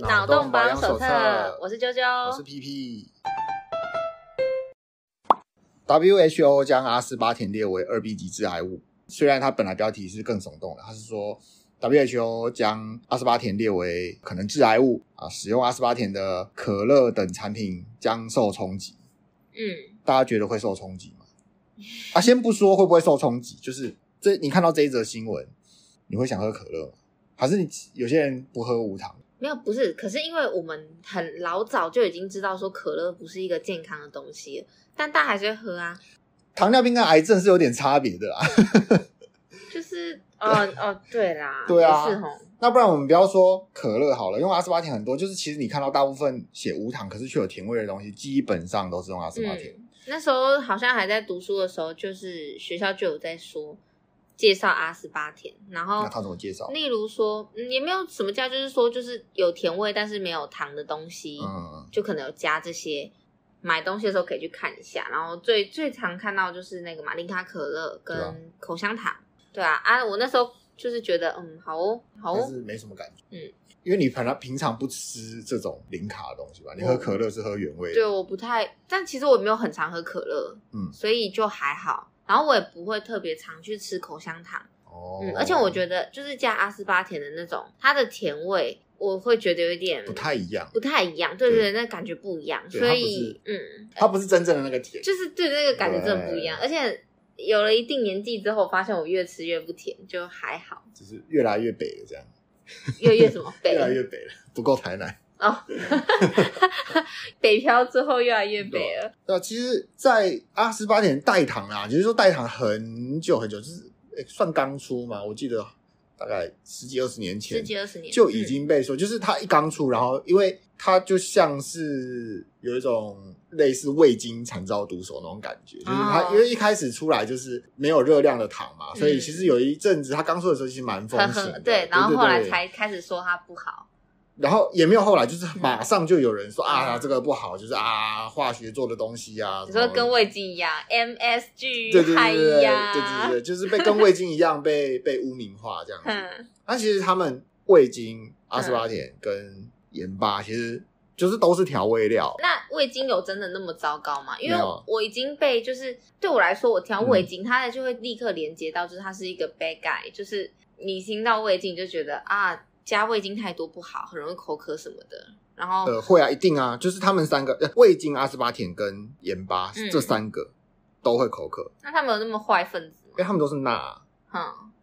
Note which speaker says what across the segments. Speaker 1: 脑洞保养手册，我是啾
Speaker 2: 我
Speaker 1: 啾
Speaker 2: 是。PP。WHO 将阿斯巴甜列为二 B 级致癌物，虽然它本来标题是更耸动的，它是说 WHO 将阿斯巴甜列为可能致癌物啊，使用阿斯巴甜的可乐等产品将受冲击。
Speaker 1: 嗯，
Speaker 2: 大家觉得会受冲击吗？啊，先不说会不会受冲击，就是这你看到这一则新闻，你会想喝可乐吗？还是你有些人不喝无糖？
Speaker 1: 没有，不是，可是因为我们很老早就已经知道说可乐不是一个健康的东西了，但大家还是会喝啊。
Speaker 2: 糖尿病跟癌症是有点差别的啦。啊
Speaker 1: 就是，哦 哦，对啦，
Speaker 2: 对啊
Speaker 1: 也是吼，
Speaker 2: 那不然我们不要说可乐好了，用阿斯巴甜很多，就是其实你看到大部分写无糖，可是却有甜味的东西，基本上都是用阿斯巴甜。
Speaker 1: 嗯，那时候好像还在读书的时候，就是学校就有在说介绍阿斯巴甜，然后
Speaker 2: 那他怎么介绍？
Speaker 1: 例如说、嗯也没有什么叫，就是说就是有甜味但是没有糖的东西，
Speaker 2: 嗯，
Speaker 1: 就可能有加这些。买东西的时候可以去看一下，然后最最常看到就是那个嘛，零卡可乐
Speaker 2: 对啊
Speaker 1: 跟口香糖，对啊，啊，我那时候就是觉得，嗯，好哦，好
Speaker 2: 但
Speaker 1: 哦，
Speaker 2: 是没什么感觉。
Speaker 1: 嗯，
Speaker 2: 因为你本来平常不吃这种零卡的东西吧？你喝可乐是喝原味
Speaker 1: 哦对，
Speaker 2: 的，
Speaker 1: 我不太，但其实我没有很常喝可乐，
Speaker 2: 嗯
Speaker 1: 所以就还好，然后我也不会特别常去吃口香糖，
Speaker 2: 哦、
Speaker 1: 嗯，而且我
Speaker 2: 得
Speaker 1: 觉得就是加阿斯巴甜的那种，它的甜味我会觉得有一点
Speaker 2: 不太一样，
Speaker 1: 不太一样，对对，对，那感觉不一样，
Speaker 2: 对
Speaker 1: 所以嗯，
Speaker 2: 它不是真正的那个甜。
Speaker 1: 就是对那个感觉真的不一样，而且有了一定年纪之后，发现我越吃越不甜，就还好，
Speaker 2: 就是越来越北了，这样
Speaker 1: 越越什么北
Speaker 2: 越来越北了，不够台南。
Speaker 1: 哦，北漂之后越来越北了，
Speaker 2: 对啊，其实，在阿斯巴甜代糖啊，就是说代糖很久很久，就是、诶算刚出嘛，我记得大概十几二十年前
Speaker 1: 十几二十年
Speaker 2: 就已经被说，就是它一刚出，然后因为它就像是有一种类似味精惨遭毒手那种感觉，就是它、
Speaker 1: 哦
Speaker 2: 因为一开始出来就是没有热量的糖嘛，所以
Speaker 1: 嗯
Speaker 2: 其实有一阵子它刚出的时候其实蛮风
Speaker 1: 嗯呵
Speaker 2: 行
Speaker 1: 呵
Speaker 2: 的，
Speaker 1: 对，然后后来
Speaker 2: 对对
Speaker 1: 才开始说它不好，
Speaker 2: 然后也没有后来，就是马上就有人说、
Speaker 1: 嗯
Speaker 2: 啊，这个不好，就是啊，化学做的东西啊，
Speaker 1: 你
Speaker 2: 什
Speaker 1: 说
Speaker 2: 么
Speaker 1: 跟味精一样
Speaker 2: 对对
Speaker 1: ，MSG 嗨
Speaker 2: 对对对
Speaker 1: 呀，
Speaker 2: 对对对，就是被跟味精一样被被污名化这样子。
Speaker 1: 嗯
Speaker 2: 那其实他们味精、阿斯巴甜跟盐巴，其实就是都是调味料。
Speaker 1: 那味精有真的那么糟糕吗？因为
Speaker 2: 没有啊
Speaker 1: 我已经被就是对我来说，我调味精，它就会立刻连接到，就是它是一
Speaker 2: 嗯
Speaker 1: 个 bad guy，就是你听到味精你就觉得啊，加味精太多不好，很容易口渴什么的。然后、
Speaker 2: 呃，会啊，一定啊，就是他们三个呃味精、阿斯巴甜跟盐巴、
Speaker 1: 嗯
Speaker 2: 这三个都会口渴，
Speaker 1: 那他们有那么坏分子
Speaker 2: 因为
Speaker 1: 吗？
Speaker 2: 他们都是钠，
Speaker 1: 哼，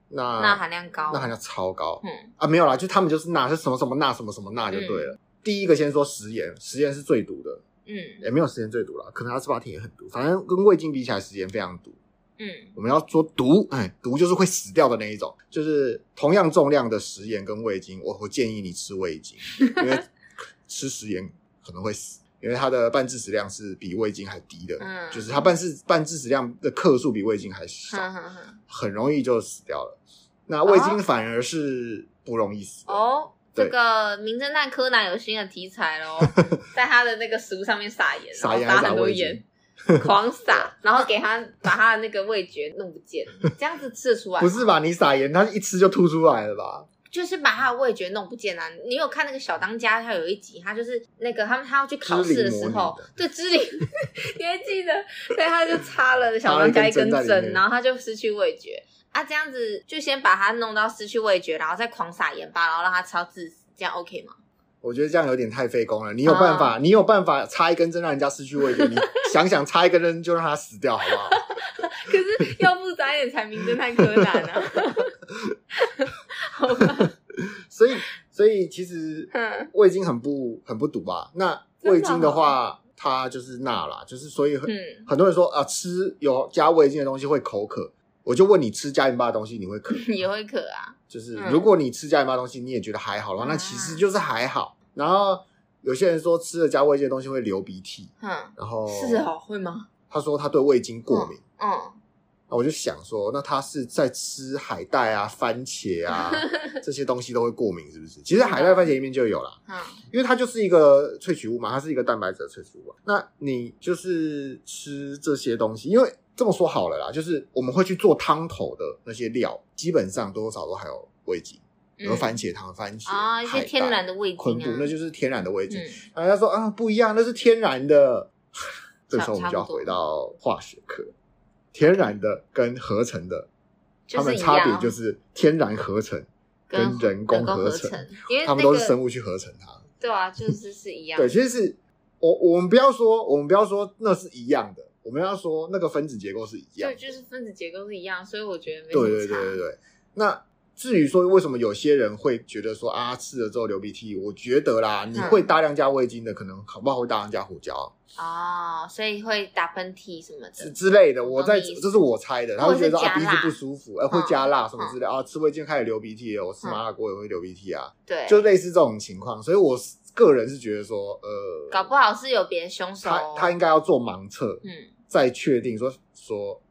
Speaker 2: 钠
Speaker 1: 钠含量高，
Speaker 2: 啊钠含量超高。
Speaker 1: 嗯
Speaker 2: 啊，没有啦，就他们就是钠是什么什么钠什么什么钠就对了。第一个先说食盐，食盐是最毒的，
Speaker 1: 嗯
Speaker 2: 也没有食盐最毒啦，可能阿斯巴甜也很毒，反正跟味精比起来，食盐非常毒。
Speaker 1: 嗯
Speaker 2: 我们要说毒，哎，毒就是会死掉的那一种，就是同样重量的食盐跟味精，我我建议你吃味精，因为吃食盐可能会死。因为它的半致死量是比味精还低的，
Speaker 1: 嗯
Speaker 2: 就是它半致半致死量的克数比味精还少，
Speaker 1: 哼哼哼，
Speaker 2: 很容易就死掉了。那味精反而是不容易死的
Speaker 1: 哦。这
Speaker 2: 对
Speaker 1: 个名侦探柯南有新的题材 喽，在他的那个食物上面撒盐，
Speaker 2: 撒盐
Speaker 1: 然后撒
Speaker 2: 还撒
Speaker 1: 很多
Speaker 2: 味精
Speaker 1: 盐， 狂撒，然后给他把他的那个味觉弄不见，这样子吃得出来吗
Speaker 2: 不是吧？你撒盐，它一吃就吐出来了吧？
Speaker 1: 就是把他的味觉弄不见啊！你有看那个小当家，他有一集，他就是那个他们他要去考试的时候，对支灵， 你还记得？对，他就插了小当家一根
Speaker 2: 插了一根针在里
Speaker 1: 针，
Speaker 2: 面
Speaker 1: 然后他就失去味觉啊！这样子就先把他弄到失去味觉，然后再狂撒盐巴，然后让他吃到致死，这样 OK 吗？
Speaker 2: 我觉得这样有点太费工了。你有办法，
Speaker 1: 嗯
Speaker 2: 你有办法插一根针让人家失去 味觉？你想想，插一根针就让他死掉，好不好？
Speaker 1: 可是要复杂一点才名侦探柯南啊！ 好吧，
Speaker 2: 所以，所以其实
Speaker 1: 嗯
Speaker 2: 味精很不很不毒吧？那味精的话，它就是钠啦，就是所以很、
Speaker 1: 嗯，
Speaker 2: 很多人说啊，吃有加味精的东西会口渴。我就问你，吃加盐巴的东西你会渴吗？
Speaker 1: 也会渴啊，
Speaker 2: 就是
Speaker 1: 嗯
Speaker 2: 如果你吃加盐巴的东西，你也觉得还好的话，
Speaker 1: 啊
Speaker 2: 那其实就是还好。然后有些人说吃了加味精的东西会流鼻涕，
Speaker 1: 嗯，
Speaker 2: 然后
Speaker 1: 是哦，会吗？
Speaker 2: 他说他对味精过敏，
Speaker 1: 嗯，
Speaker 2: 那我就想说，那他是在吃海带啊、番茄啊这些东西都会过敏，是不是？其实海带、番茄里面就有啦，
Speaker 1: 嗯，
Speaker 2: 因为它就是一个萃取物嘛，它是一个蛋白质的萃取物嘛。那你就是吃这些东西，因为这么说好了啦，就是我们会去做汤头的那些料，基本上多多少少都还有味精。
Speaker 1: 嗯
Speaker 2: 比如番茄糖、番茄
Speaker 1: 啊、一
Speaker 2: 海
Speaker 1: 些
Speaker 2: 带
Speaker 1: 天然的味
Speaker 2: 昆
Speaker 1: 精
Speaker 2: 布
Speaker 1: 啊，，
Speaker 2: 那就是天然的味精。
Speaker 1: 嗯，
Speaker 2: 然后他说啊，不一样，那是天然的。 这时候我们就要
Speaker 1: 差不多
Speaker 2: 回到化学课，天然的跟合成的，
Speaker 1: 就
Speaker 2: 它
Speaker 1: 是一
Speaker 2: 们差别
Speaker 1: 样
Speaker 2: 就是天然合成
Speaker 1: 跟
Speaker 2: 人工
Speaker 1: 工
Speaker 2: 合
Speaker 1: 成，因为
Speaker 2: 它们
Speaker 1: 那
Speaker 2: 都是
Speaker 1: 个
Speaker 2: 生物去合成它。
Speaker 1: 对啊，就是是一样，
Speaker 2: 对，其实是我我们不要说，我们不要说那是一样的，我们要说那个分子结构是一样
Speaker 1: 就
Speaker 2: 的。
Speaker 1: 就是分子结构是一样，所以我觉得没什
Speaker 2: 对
Speaker 1: 么
Speaker 2: 对对
Speaker 1: 差
Speaker 2: 对对。那至于说为什么有些人会觉得说啊吃了之后流鼻涕，我觉得啦，你
Speaker 1: 嗯
Speaker 2: 会大量加味精的，可能好不好会大量加胡椒
Speaker 1: 哦，所以会打喷嚏什么
Speaker 2: 之
Speaker 1: 的，
Speaker 2: 之类的。
Speaker 1: 我
Speaker 2: 我
Speaker 1: 懂
Speaker 2: 在
Speaker 1: 你意思
Speaker 2: 这是我猜的，他
Speaker 1: 或
Speaker 2: 会
Speaker 1: 者
Speaker 2: 觉
Speaker 1: 是
Speaker 2: 得说啊
Speaker 1: 加
Speaker 2: 鼻
Speaker 1: 辣
Speaker 2: 子不舒服，哎会
Speaker 1: 嗯
Speaker 2: 加辣什么之类的啊，吃味精开始流鼻涕了，我吃
Speaker 1: 嗯
Speaker 2: 麻辣锅也会流鼻涕啊，
Speaker 1: 对，
Speaker 2: 就类似这种情况。所以我是个人是觉得说，呃，
Speaker 1: 搞不好是有别的凶手
Speaker 2: 他
Speaker 1: 哦，
Speaker 2: 他应该要做盲测，
Speaker 1: 嗯
Speaker 2: 再确定说说，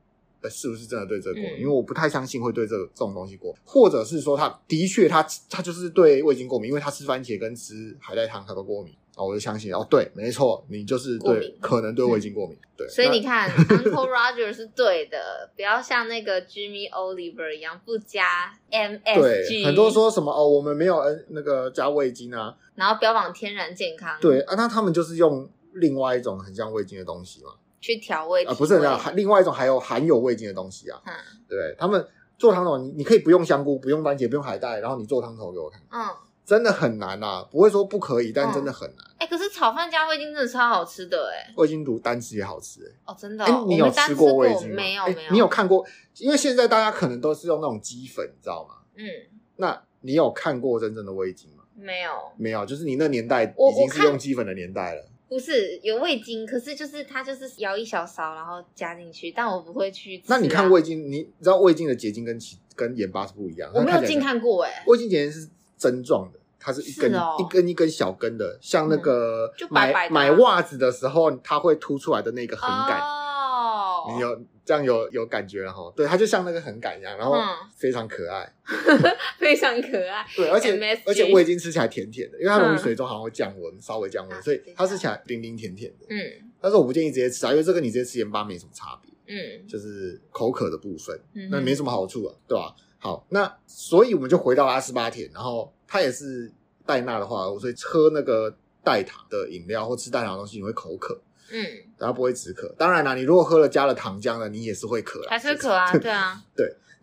Speaker 2: 呃，是不是真的对这个过敏？
Speaker 1: 嗯
Speaker 2: 因为我不太相信会对这个这种东西过敏，或者是说他的确他他就是对味精过敏，因为他吃番茄跟吃海带汤他都过敏啊、我就相信哦，对，没错，你就是
Speaker 1: 过
Speaker 2: 对
Speaker 1: 敏，
Speaker 2: 可能对味 精过敏，对，
Speaker 1: 所以
Speaker 2: 那
Speaker 1: 你 看，Uncle Roger 是对的，不要像那个 Jimmy Oliver 一样不加 MSG，
Speaker 2: 对很多说什么哦，我们没有嗯那个加味精啊，
Speaker 1: 然后标榜天然健康，
Speaker 2: 对，啊，那他们就是用。另外一种很像味精的东西嘛，
Speaker 1: 去调味
Speaker 2: 啊，不是很
Speaker 1: 这
Speaker 2: 像，还另外一种还有含有味精的东西啊，
Speaker 1: 嗯
Speaker 2: 对他们做汤头，你你可以不用香菇，不用番茄，不用海带，然后你做汤头给我看，
Speaker 1: 嗯，
Speaker 2: 真的很难啊，不会说不可以，但真的很难。
Speaker 1: 哎、可是炒饭加味精真的超好吃的哎、
Speaker 2: 味精毒单吃也好吃、欸，
Speaker 1: 哦，真的、
Speaker 2: 哎、
Speaker 1: 哦
Speaker 2: 你
Speaker 1: 我
Speaker 2: 有
Speaker 1: 没单
Speaker 2: 吃
Speaker 1: 过
Speaker 2: 味精吗？
Speaker 1: 没有
Speaker 2: 哎
Speaker 1: 没
Speaker 2: 你有看过？因为现在大家可能都是用那种鸡粉，你知道吗？
Speaker 1: 嗯，
Speaker 2: 那你有看过真正的味精吗？
Speaker 1: 没有，
Speaker 2: 没有，就是你那年代
Speaker 1: 我
Speaker 2: 已经是
Speaker 1: 我看
Speaker 2: 用鸡粉的年代了。
Speaker 1: 不是啊有味精，可是就是它就是舀一小勺，然后加进去，但我不会去吃、啊
Speaker 2: 那你看，味精，你知道味精的结晶跟其跟盐巴是不一样。
Speaker 1: 我没
Speaker 2: 它
Speaker 1: 有
Speaker 2: 看起
Speaker 1: 近
Speaker 2: 来
Speaker 1: 看过哎、
Speaker 2: 味精碱是针状的，它是一根
Speaker 1: 是哦
Speaker 2: 一根一根小根的，像那个
Speaker 1: 嗯就
Speaker 2: 买
Speaker 1: 白白的啊
Speaker 2: 买袜子的时候，它会凸出来的那个横杆，
Speaker 1: 哦，
Speaker 2: 你有这样有有感觉了哈？对，它就像那个横杆一样，然后
Speaker 1: 嗯
Speaker 2: 非常可爱。
Speaker 1: 非常可爱，
Speaker 2: 对，而且
Speaker 1: MSG
Speaker 2: 而且味精吃起来甜甜的，因为它溶于
Speaker 1: 嗯
Speaker 2: 水中好像会降温，稍微降温，
Speaker 1: 啊
Speaker 2: 所以它
Speaker 1: 对啊
Speaker 2: 吃起来冰冰甜甜的。
Speaker 1: 嗯
Speaker 2: 但是我不建议直接吃啊，因为这跟你直接吃盐巴没什么差别，
Speaker 1: 嗯
Speaker 2: 就是口渴的部分。
Speaker 1: 嗯，
Speaker 2: 那没
Speaker 1: 么，
Speaker 2: 什么好处啊，对吧、好，那所以我们就回到了阿斯巴甜，然后它也是代钠的话，所以喝那个代糖的饮料或吃代糖的东西，你会口渴，
Speaker 1: 嗯，
Speaker 2: 然后不会止渴。当然啦，你如果喝了加了糖浆的，你也是会渴啦，
Speaker 1: 还是可啊，对啊，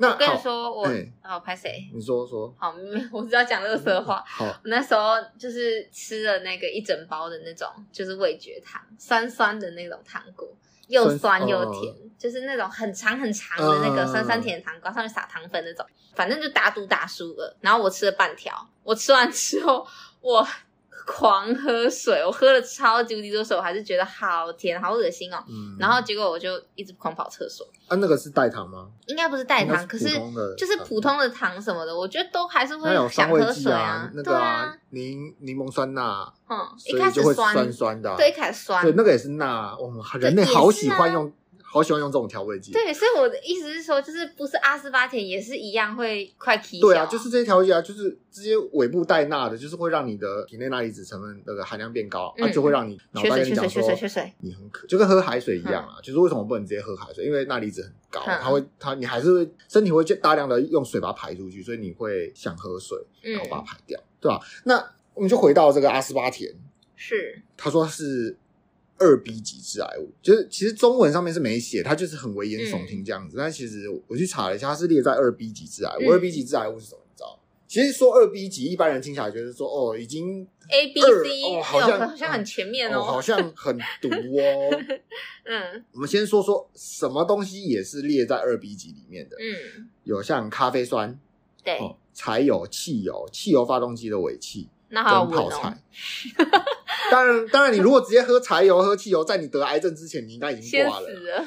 Speaker 2: 那
Speaker 1: 我跟你
Speaker 2: 好，
Speaker 1: 说，我
Speaker 2: 哎
Speaker 1: 哦，拍谁？
Speaker 2: 你说说
Speaker 1: 好，没有我只要讲乐色话。
Speaker 2: 好，
Speaker 1: 我那时候就是吃了那个一整包的那种，就是味觉糖，酸酸的那种糖果，又酸哦又甜，就是那种很长很长的那个
Speaker 2: 嗯
Speaker 1: 酸酸甜的糖瓜，上面撒糖粉那种，反正就打赌打输了。然后我吃了半条，我吃完之后我。狂喝水，我喝了超级无敌多水，我还是觉得好甜，好恶心哦。
Speaker 2: 嗯，
Speaker 1: 然后结果我就一直狂跑厕所，
Speaker 2: 啊，那个是代糖吗？
Speaker 1: 应该不是代糖，
Speaker 2: 应该
Speaker 1: 可
Speaker 2: 是
Speaker 1: 是
Speaker 2: 普通的
Speaker 1: 就是
Speaker 2: 糖
Speaker 1: 普通的糖什么的，我觉得都还是
Speaker 2: 它有
Speaker 1: 会想
Speaker 2: 伤味
Speaker 1: 喝
Speaker 2: 剂
Speaker 1: 水
Speaker 2: 那
Speaker 1: 对
Speaker 2: 个
Speaker 1: 啊，
Speaker 2: 柠柠檬酸钠，
Speaker 1: 嗯，一
Speaker 2: 所
Speaker 1: 开
Speaker 2: 以
Speaker 1: 始
Speaker 2: 就会
Speaker 1: 酸，
Speaker 2: 酸酸的啊、
Speaker 1: 对，一开始酸，
Speaker 2: 对，那个也是钠，我们人类
Speaker 1: 对也
Speaker 2: 好
Speaker 1: 是
Speaker 2: 喜欢
Speaker 1: 啊
Speaker 2: 用，好喜欢用这种调味剂。
Speaker 1: 对所以我的意思是说，就是不是阿斯巴甜也是一样会快起
Speaker 2: 对啊，就是这些调节啊，就是这些尾部带钠的，就是会让你的体内钠离子成分那个含量变高，
Speaker 1: 嗯
Speaker 2: 啊，就会让你脑
Speaker 1: 缺水
Speaker 2: 袋跟你
Speaker 1: 缺
Speaker 2: 讲
Speaker 1: 水
Speaker 2: 说
Speaker 1: 缺水缺水，
Speaker 2: 你很渴，就跟喝海水一样啊。就是为什么不能直接喝海水？因为钠离子很高，
Speaker 1: 嗯
Speaker 2: 它会它你还是会身体会大量的用水把它排出去，所以你会想喝水，然后把它
Speaker 1: 嗯，
Speaker 2: 排掉，对吧、啊那我们就回到这个阿斯巴甜，
Speaker 1: 是
Speaker 2: 他说是二 B 级致癌物，就是其实中文上面是没写，它就是很危言耸
Speaker 1: 嗯
Speaker 2: 听这样子。但其实我去查了一下，它是列在二 B 级致癌物。
Speaker 1: 嗯
Speaker 2: 二、B 级致癌物是什么？你知道吗？其实说二 B 级，一般人听起来觉得说哦，已经
Speaker 1: A B
Speaker 2: 二
Speaker 1: C，
Speaker 2: 哦好像
Speaker 1: 好像很前面
Speaker 2: 哦，好
Speaker 1: 哦，
Speaker 2: 像很毒哦。
Speaker 1: 嗯
Speaker 2: 我们先说说什么东西也是列在二 B 级里面的，
Speaker 1: 嗯，
Speaker 2: 有像咖啡酸、
Speaker 1: 对，
Speaker 2: 哦、柴油、汽油、汽油发动机的尾气
Speaker 1: 那还有
Speaker 2: 跟
Speaker 1: 闻
Speaker 2: 泡
Speaker 1: 哦
Speaker 2: 菜。。 当然，当然，你如果直接喝柴油、喝汽油，在你得癌症之前，你应该已经
Speaker 1: 先
Speaker 2: 挂
Speaker 1: 死
Speaker 2: 了。
Speaker 1: 了，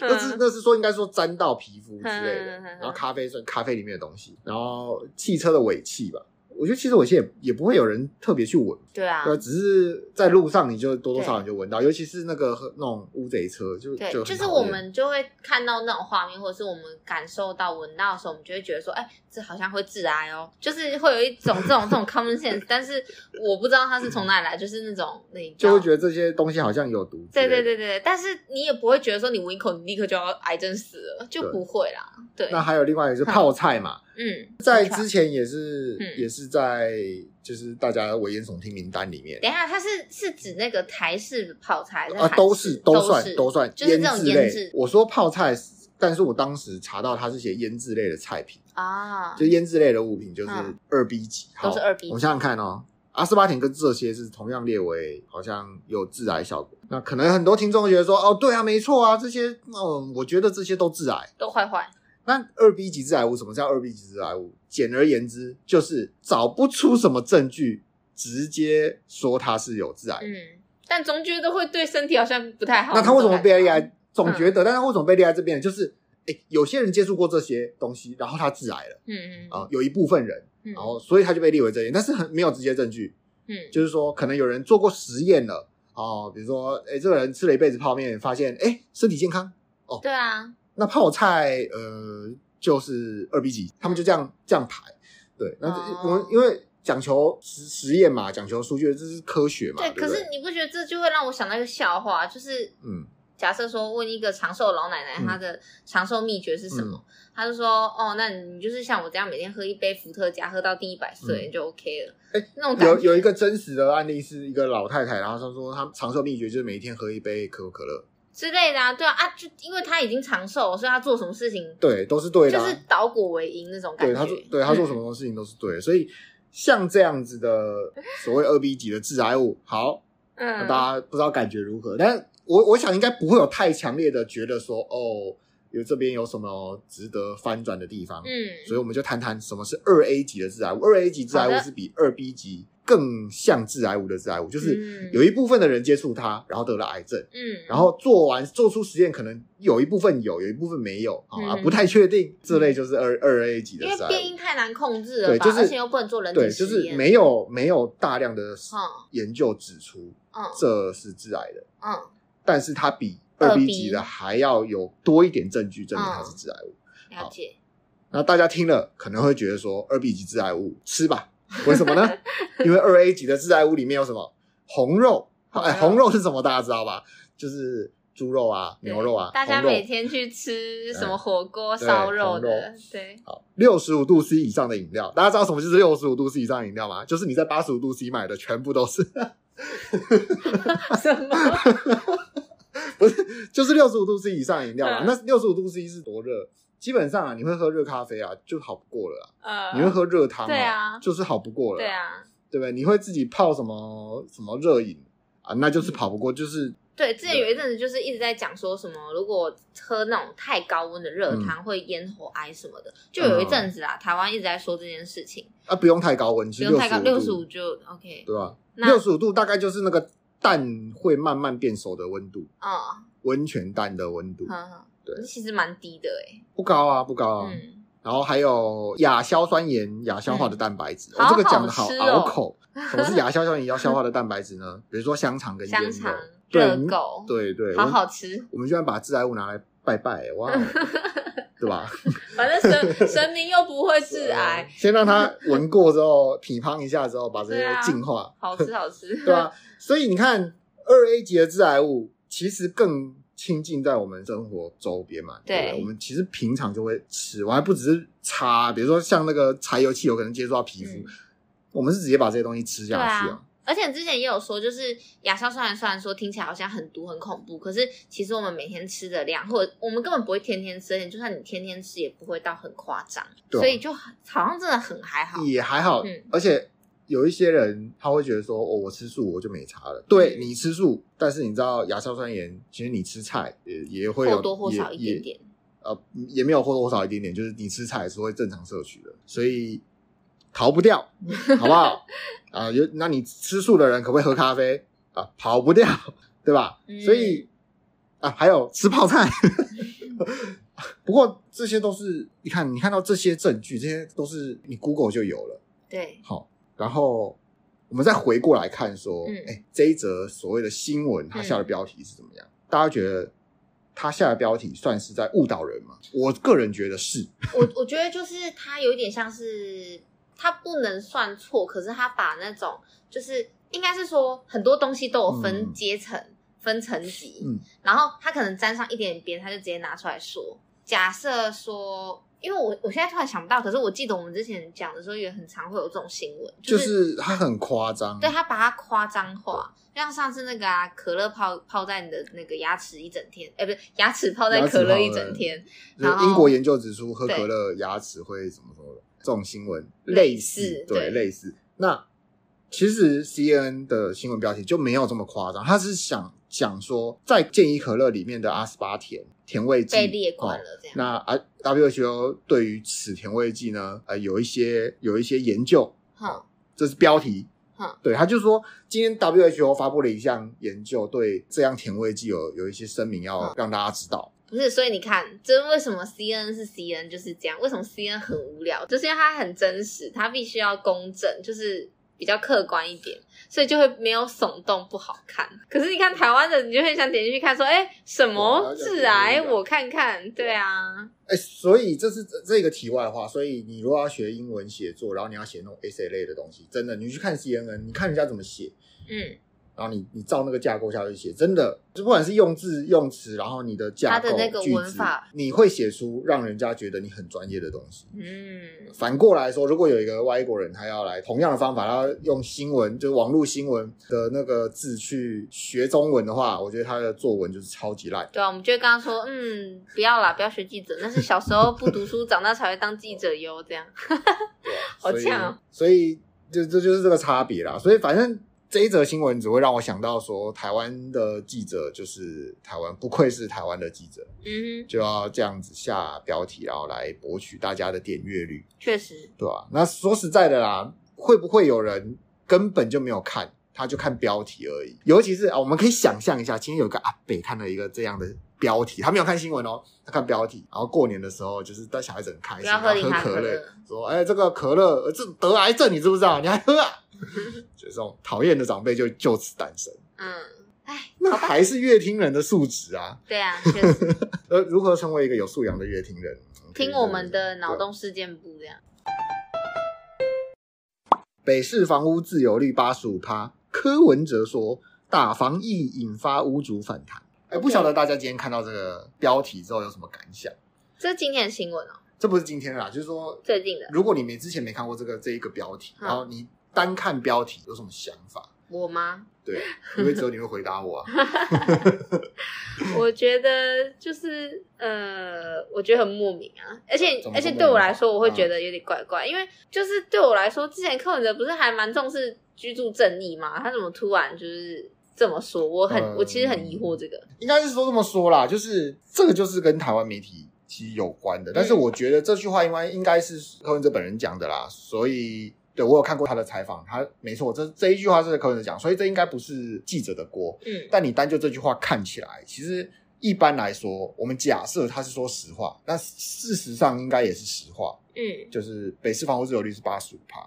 Speaker 2: 那是那是说应该说沾到皮肤之类
Speaker 1: 嗯
Speaker 2: 的
Speaker 1: 嗯嗯嗯，
Speaker 2: 然后咖啡算咖啡里面的东西，然后汽车的尾气吧。我觉得汽车尾气也也不会有人特别去闻，
Speaker 1: 对啊，
Speaker 2: 对，只是在路上你就多多少少你就闻到，尤其是那个那种乌贼车，就
Speaker 1: 对，
Speaker 2: 就
Speaker 1: 就
Speaker 2: 很
Speaker 1: 是
Speaker 2: 讨
Speaker 1: 我
Speaker 2: 厌
Speaker 1: 们就会看到那种画面，或者是我们感受到、闻到的时候，我们就会觉得说，哎、这好像会致癌哦，就是会有一种这种这种 common sense，但是我不知道它是从哪里来，就是那种那一
Speaker 2: 就会觉
Speaker 1: 得。
Speaker 2: 得这些东西好像有毒。
Speaker 1: 对对。对对，但是你也不会觉得说你闻一口你立刻就要癌症死了，就不会啦。对，
Speaker 2: 那还有另外一个是泡菜嘛，
Speaker 1: 嗯，
Speaker 2: 在
Speaker 1: 没错
Speaker 2: 之前也是、
Speaker 1: 嗯
Speaker 2: 也是在就是大家危言耸听名单里面
Speaker 1: 等一下，它是是指那个台式泡菜还
Speaker 2: 啊，
Speaker 1: 韩
Speaker 2: 都
Speaker 1: 式
Speaker 2: 是
Speaker 1: 都
Speaker 2: 算都算
Speaker 1: 就是这
Speaker 2: 制
Speaker 1: 种腌
Speaker 2: 类
Speaker 1: 制。
Speaker 2: 我说泡菜，但是我当时查到它是写腌制类的菜品，
Speaker 1: 啊，
Speaker 2: 就腌制类的物品就是
Speaker 1: 嗯
Speaker 2: 二 B 级，
Speaker 1: 都
Speaker 2: 好
Speaker 1: 是二 B
Speaker 2: 我们想想看哦。阿斯巴甜跟这些是同样列为好像有致癌效果，那可能很多听众会觉得说，哦，对啊，没错啊，这些，嗯，我觉得这些都致癌。
Speaker 1: 都坏坏。
Speaker 2: 那二 B 级致癌物，什么叫二 B 级致癌物？简而言之，就是找不出什么证据，直接说它是有致癌。
Speaker 1: 嗯，但终究都会对身体好像不太好。嗯
Speaker 2: 那它为什么被列
Speaker 1: 爱？
Speaker 2: 在？总觉得，但它为什么被列在这边呢？就是，哎、有些人接触过这些东西，然后他致癌了
Speaker 1: 嗯嗯
Speaker 2: 啊、有一部分人，
Speaker 1: 嗯，
Speaker 2: 然后所以他就被列为这边，但是很没有直接证据，
Speaker 1: 嗯
Speaker 2: 就是说可能有人做过实验了哦、比如说，哎、这个人吃了一辈子泡面，发现哎、诶身体健康，
Speaker 1: 对啊，
Speaker 2: 那泡菜呃就是二 B 级，他们就这样这样排。对，那
Speaker 1: 嗯哦
Speaker 2: 这我们因为讲求实实验嘛，讲求数据，这是科学嘛，
Speaker 1: 对。
Speaker 2: 不
Speaker 1: 可是你不觉得这就会让我想到一个笑话，就是
Speaker 2: 啊嗯
Speaker 1: 假设说问一个长寿老奶奶
Speaker 2: 嗯
Speaker 1: 她的长寿秘诀是什么，她就说哦，那你就是像我这样每天喝一杯伏特加，喝到第一百岁就 OK 了。
Speaker 2: 嗯哎
Speaker 1: 那种感
Speaker 2: 有
Speaker 1: 觉
Speaker 2: 有一个真实的案例是一个老太太，然后她说她长寿秘诀就是每一天喝一杯可口可乐，
Speaker 1: 之类的啊，对啊啊，就因为她已经长寿了，所以她做什么事情
Speaker 2: 对，都是对的
Speaker 1: 就
Speaker 2: 啊、
Speaker 1: 是倒果为因那种感
Speaker 2: 对
Speaker 1: 觉。
Speaker 2: 她做对她做 什么事情都是对的，所以像这样子的所谓二 B 级的致癌物，好，那
Speaker 1: 嗯，
Speaker 2: 大家不知道感觉如何，但我我想应该不会有太强烈的觉得说哦，有这边有什么值得翻转的地方，
Speaker 1: 嗯，
Speaker 2: 所以我们就谈谈什么是二 A 级的致癌物。二 A 级致癌
Speaker 1: 好
Speaker 2: 物
Speaker 1: 的
Speaker 2: 是比二 B 级更像致癌物的致癌物，就是
Speaker 1: 是
Speaker 2: 有一部分的人接触它，然后得了癌症，
Speaker 1: 嗯，
Speaker 2: 然后做完做出实验，可能有一部分有，有一部分没有啊、
Speaker 1: 嗯
Speaker 2: 啊不太确定。这类就是二二 A 级的
Speaker 1: 因为
Speaker 2: 致癌
Speaker 1: 变
Speaker 2: 物，
Speaker 1: 音太难控制了
Speaker 2: 对，
Speaker 1: 吧，
Speaker 2: 就是
Speaker 1: 而且又不能做人体
Speaker 2: 对，
Speaker 1: 实
Speaker 2: 就
Speaker 1: 验，
Speaker 2: 是没有没有大量的
Speaker 1: 嗯
Speaker 2: 研究指出
Speaker 1: 嗯
Speaker 2: 这是致癌的。
Speaker 1: 嗯，
Speaker 2: 但是它比二
Speaker 1: 二
Speaker 2: B
Speaker 1: B 嗯
Speaker 2: 级的还要有多一点证据证明它是致癌物。
Speaker 1: 了解。
Speaker 2: 那大家听了可能会觉得说，二 B 级致癌物吃吧？为什么呢？ 因为二 A 级的致癌物里面有什么红肉？
Speaker 1: 红
Speaker 2: 哎，
Speaker 1: 肉
Speaker 2: 红肉是什么？大家知道吧？就是猪肉啊、
Speaker 1: 对
Speaker 2: 牛肉啊，
Speaker 1: 大家
Speaker 2: 红肉
Speaker 1: 每天去吃什么火锅、
Speaker 2: 对
Speaker 1: 烧肉
Speaker 2: 红
Speaker 1: 的，对，
Speaker 2: 好，六十五度 C 以上的饮料，大家知道什么就是六十五度 C 以上的饮料吗？就是你在八十五度 C 买的，全部都是，
Speaker 1: 什么？
Speaker 2: 就是六十五度 C 以上的饮料啦。
Speaker 1: 嗯
Speaker 2: 那六十五度 C 是多热？基本上啊，你会喝热咖啡啊，就好不过了啦。
Speaker 1: 呃，
Speaker 2: 你会喝热汤、哦
Speaker 1: 对啊
Speaker 2: 就是好不过了，
Speaker 1: 对，啊，
Speaker 2: 对不对？你会自己泡什么什么热饮啊，那
Speaker 1: 嗯
Speaker 2: 就是跑不过，就是
Speaker 1: 对，之前有一阵子就是一直在讲说什么，如果喝那种太高温的热
Speaker 2: 嗯
Speaker 1: 汤会咽喉癌什么的，就有一阵子啊，台湾一直在说这件事情，
Speaker 2: 啊不用太高温，
Speaker 1: 不
Speaker 2: 其实
Speaker 1: 用太高，六十五
Speaker 2: 度，
Speaker 1: 就 OK。
Speaker 2: 对吧？
Speaker 1: 那
Speaker 2: 六十五度大概就是那个蛋会慢慢变熟的温度，
Speaker 1: 嗯，
Speaker 2: 温泉蛋的温度
Speaker 1: 很好，
Speaker 2: 对
Speaker 1: 其实蛮低的哎，
Speaker 2: 不高啊，不高啊。
Speaker 1: 嗯，
Speaker 2: 然后还有亚硝酸盐、亚硝化的蛋白质，
Speaker 1: 嗯
Speaker 2: 哦、这个讲的
Speaker 1: 好
Speaker 2: 好
Speaker 1: 好吃
Speaker 2: 拗
Speaker 1: 哦
Speaker 2: 口。什么是亚硝酸盐、亚硝化的蛋白质呢？比如说香肠跟腌
Speaker 1: 香
Speaker 2: 肉
Speaker 1: 肠、
Speaker 2: 对
Speaker 1: 热狗，
Speaker 2: 对对，
Speaker 1: 好
Speaker 2: 我
Speaker 1: 好吃。
Speaker 2: 我们居然把致癌物拿来拜拜，哇，哦 对吧？
Speaker 1: 反正 神神明又不会致癌，
Speaker 2: 啊先让它闻过之后，匹乓一下之后，把这
Speaker 1: 对
Speaker 2: 些
Speaker 1: 啊
Speaker 2: 净化，
Speaker 1: 好吃好吃。
Speaker 2: 对吧、啊 所以你看，二 A 级的致癌物其实更亲近在我们生活周边嘛，对不对
Speaker 1: 对
Speaker 2: 我们其实平常就会吃，我还不只是擦，比如说像那个柴油汽油可能接触到皮肤，
Speaker 1: 嗯
Speaker 2: 我们是直接把这些东西吃下去
Speaker 1: 对啊而且之前也有说，就是亚硝酸盐虽然说听起来好像很毒很恐怖，可是其实我们每天吃的量，或者我们根本不会天天吃，而且就算你天天吃，也不会到很夸张，
Speaker 2: 对啊
Speaker 1: 所以就好像真的很还好。
Speaker 2: 也还好，
Speaker 1: 嗯
Speaker 2: 而且。有一些人他会觉得说，哦，我吃素我就没差了。对
Speaker 1: 嗯
Speaker 2: 你吃素，但是你知道亚硝酸盐，其实你吃菜也也会有
Speaker 1: 或多或少一
Speaker 2: 也也
Speaker 1: 点点，
Speaker 2: 呃，也没有或多或少一点点，就是你吃菜是会正常摄取的，所以逃不掉，好不好？啊、有那你吃素的人可不可以喝咖啡啊？跑不掉，对吧？
Speaker 1: 嗯
Speaker 2: 所以啊，还有吃泡菜， 不过这些都是你看，你看到这些证据，这些都是你 Google 就有了。
Speaker 1: 对，
Speaker 2: 好，然后我们再回过来看说，哎、
Speaker 1: 嗯
Speaker 2: 这一则所谓的新闻，它下的标题是怎么样？大家觉得它下的标题算是在误导人吗？我个人觉得是，
Speaker 1: 我我觉得就是它有点像是，它不能算错，可是它把那种就是应该是说很多东西都有
Speaker 2: 嗯
Speaker 1: 分阶层、分层级，
Speaker 2: 嗯
Speaker 1: 然后他可能沾上一点边，他就直接拿出来说。假设说因为我我现在突然想不到，可是我记得我们之前讲的时候也很常会有这种新闻，、
Speaker 2: 就是是它很夸张，
Speaker 1: 对他把它夸张化，就像上次那个啊，可乐泡泡在你的那个牙齿一整天，哎、不是牙齿泡在
Speaker 2: 牙齿
Speaker 1: 可乐
Speaker 2: 泡
Speaker 1: 一
Speaker 2: 在
Speaker 1: 整天，然
Speaker 2: 就是
Speaker 1: 后
Speaker 2: 英国研究指出，喝
Speaker 1: 对
Speaker 2: 可乐牙齿会什么什么的这种新闻
Speaker 1: 类
Speaker 2: 类
Speaker 1: 似
Speaker 2: 似，
Speaker 1: 对
Speaker 2: 对类似。那其实 C N n 的新闻标题就没有这么夸张，他是想讲说，在健怡可乐里面的阿斯巴甜甜味剂
Speaker 1: 被列管
Speaker 2: 哦
Speaker 1: 了这样。
Speaker 2: 那啊 WHO 对于此甜味剂呢，呃，有一些有一些研究，
Speaker 1: 哼，
Speaker 2: 这是标题
Speaker 1: 哼。
Speaker 2: 对，他就说，今天 WHO 发布了一项研究，对这样甜味剂有有一些声明要
Speaker 1: 嗯
Speaker 2: 让大家知道。
Speaker 1: 不是，所以你看，这为什么 C N 是 C N 就是这样？为什么 C N 很无聊？就是因为它很真实，它必须要公正，就是比较客观一点，所以就会没有耸动，不好看。可是你看台湾的，你就很想点进去看，说，哎、什么
Speaker 2: 哇要
Speaker 1: 致
Speaker 2: 点
Speaker 1: 癌？
Speaker 2: 进去看
Speaker 1: 我看看，对啊，
Speaker 2: 哎、所以这是这这个题外话。所以你如果要学英文写作，然后你要写那种 essay 类的东西，真的，你去看 CNN，你看人家怎么写，
Speaker 1: 嗯，
Speaker 2: 然后你你照那个架构下去写，真的，就不管是用字用词，然后你的架构
Speaker 1: 它的那个
Speaker 2: 句子
Speaker 1: 文法
Speaker 2: 你会写出让人家觉得你很专业的东西。
Speaker 1: 嗯，
Speaker 2: 反过来说，如果有一个外国人，他要来同样的方法，他用新闻，就是网络新闻的那个字去学中文的话，我觉得他的作文就是超级烂。
Speaker 1: 对啊，我们就会跟他说，嗯，不要啦，不要学记者，那是小时候不读书，长大才会当记者哟，这样。好呛哦
Speaker 2: 所以所以就这就是这个差别啦。所以反正这一则新闻只会让我想到说，台湾的记者就是台湾，不愧是台湾的记者，
Speaker 1: 嗯哼，
Speaker 2: 就要这样子下标题，然后来博取大家的点阅率，
Speaker 1: 确实，
Speaker 2: 对吧、那说实在的啦，会不会有人根本就没有看？他就看标题而已，尤其是啊，我们可以想象一下，今天有一个阿北看了一个这样的标题，他没有看新闻哦，他看标题，然后过年的时候就是带小孩子很开
Speaker 1: 不
Speaker 2: 心，
Speaker 1: 要
Speaker 2: 然
Speaker 1: 啊喝
Speaker 2: 后
Speaker 1: 零糖
Speaker 2: 可
Speaker 1: 可
Speaker 2: 乐，
Speaker 1: 乐，
Speaker 2: 说：“哎、这个可乐呃这得癌症，你知不知道？你还喝啊？” 就这种讨厌的长辈就就此诞生，
Speaker 1: 嗯，哎，
Speaker 2: 那还是乐听人的素质啊！
Speaker 1: 对啊，确实。
Speaker 2: 呃，如何成为一个有素养的乐听人？嗯
Speaker 1: 听我们的脑
Speaker 2: 对。
Speaker 1: 洞事件簿这样。
Speaker 2: 北市房屋自由率八十五趴，柯文哲说打防疫引发屋主反弹。哎、不晓得大家今天看到这个标题之后有什么感想？
Speaker 1: 这是今天的新闻哦，
Speaker 2: 这不是今天啦，就是说
Speaker 1: 最 近的
Speaker 2: 如果你没之前没看过这个这一个标题，
Speaker 1: 嗯
Speaker 2: 然后你单看标题有什么想法？
Speaker 1: 我吗？
Speaker 2: 对，因为只有你会回答我啊。
Speaker 1: 我觉得就是呃，我觉得很莫名啊，而且
Speaker 2: 怎么
Speaker 1: 而且
Speaker 2: 说
Speaker 1: 对
Speaker 2: 莫
Speaker 1: 我
Speaker 2: 名嗯
Speaker 1: 来说，我会觉得有点怪怪，因为就是对我来说，之前柯文哲不是还蛮重视居住正义嘛，他怎么突然就是这么说？我很、
Speaker 2: 嗯
Speaker 1: 我其实很疑惑这个，
Speaker 2: 应该是说这么说啦，就是这个就是跟台湾媒体其实有关的，但是我觉得这句话应该应该是柯文哲本人讲的啦，所以对我有看过他的采访，他没错，这这一句话是柯文哲讲，所以这应该不是记者的锅。
Speaker 1: 嗯
Speaker 2: 但你单就这句话看起来，其实一般来说，我们假设他是说实话，那事实上应该也是实话，
Speaker 1: 嗯
Speaker 2: 就是北市房屋自由率是八十五趴，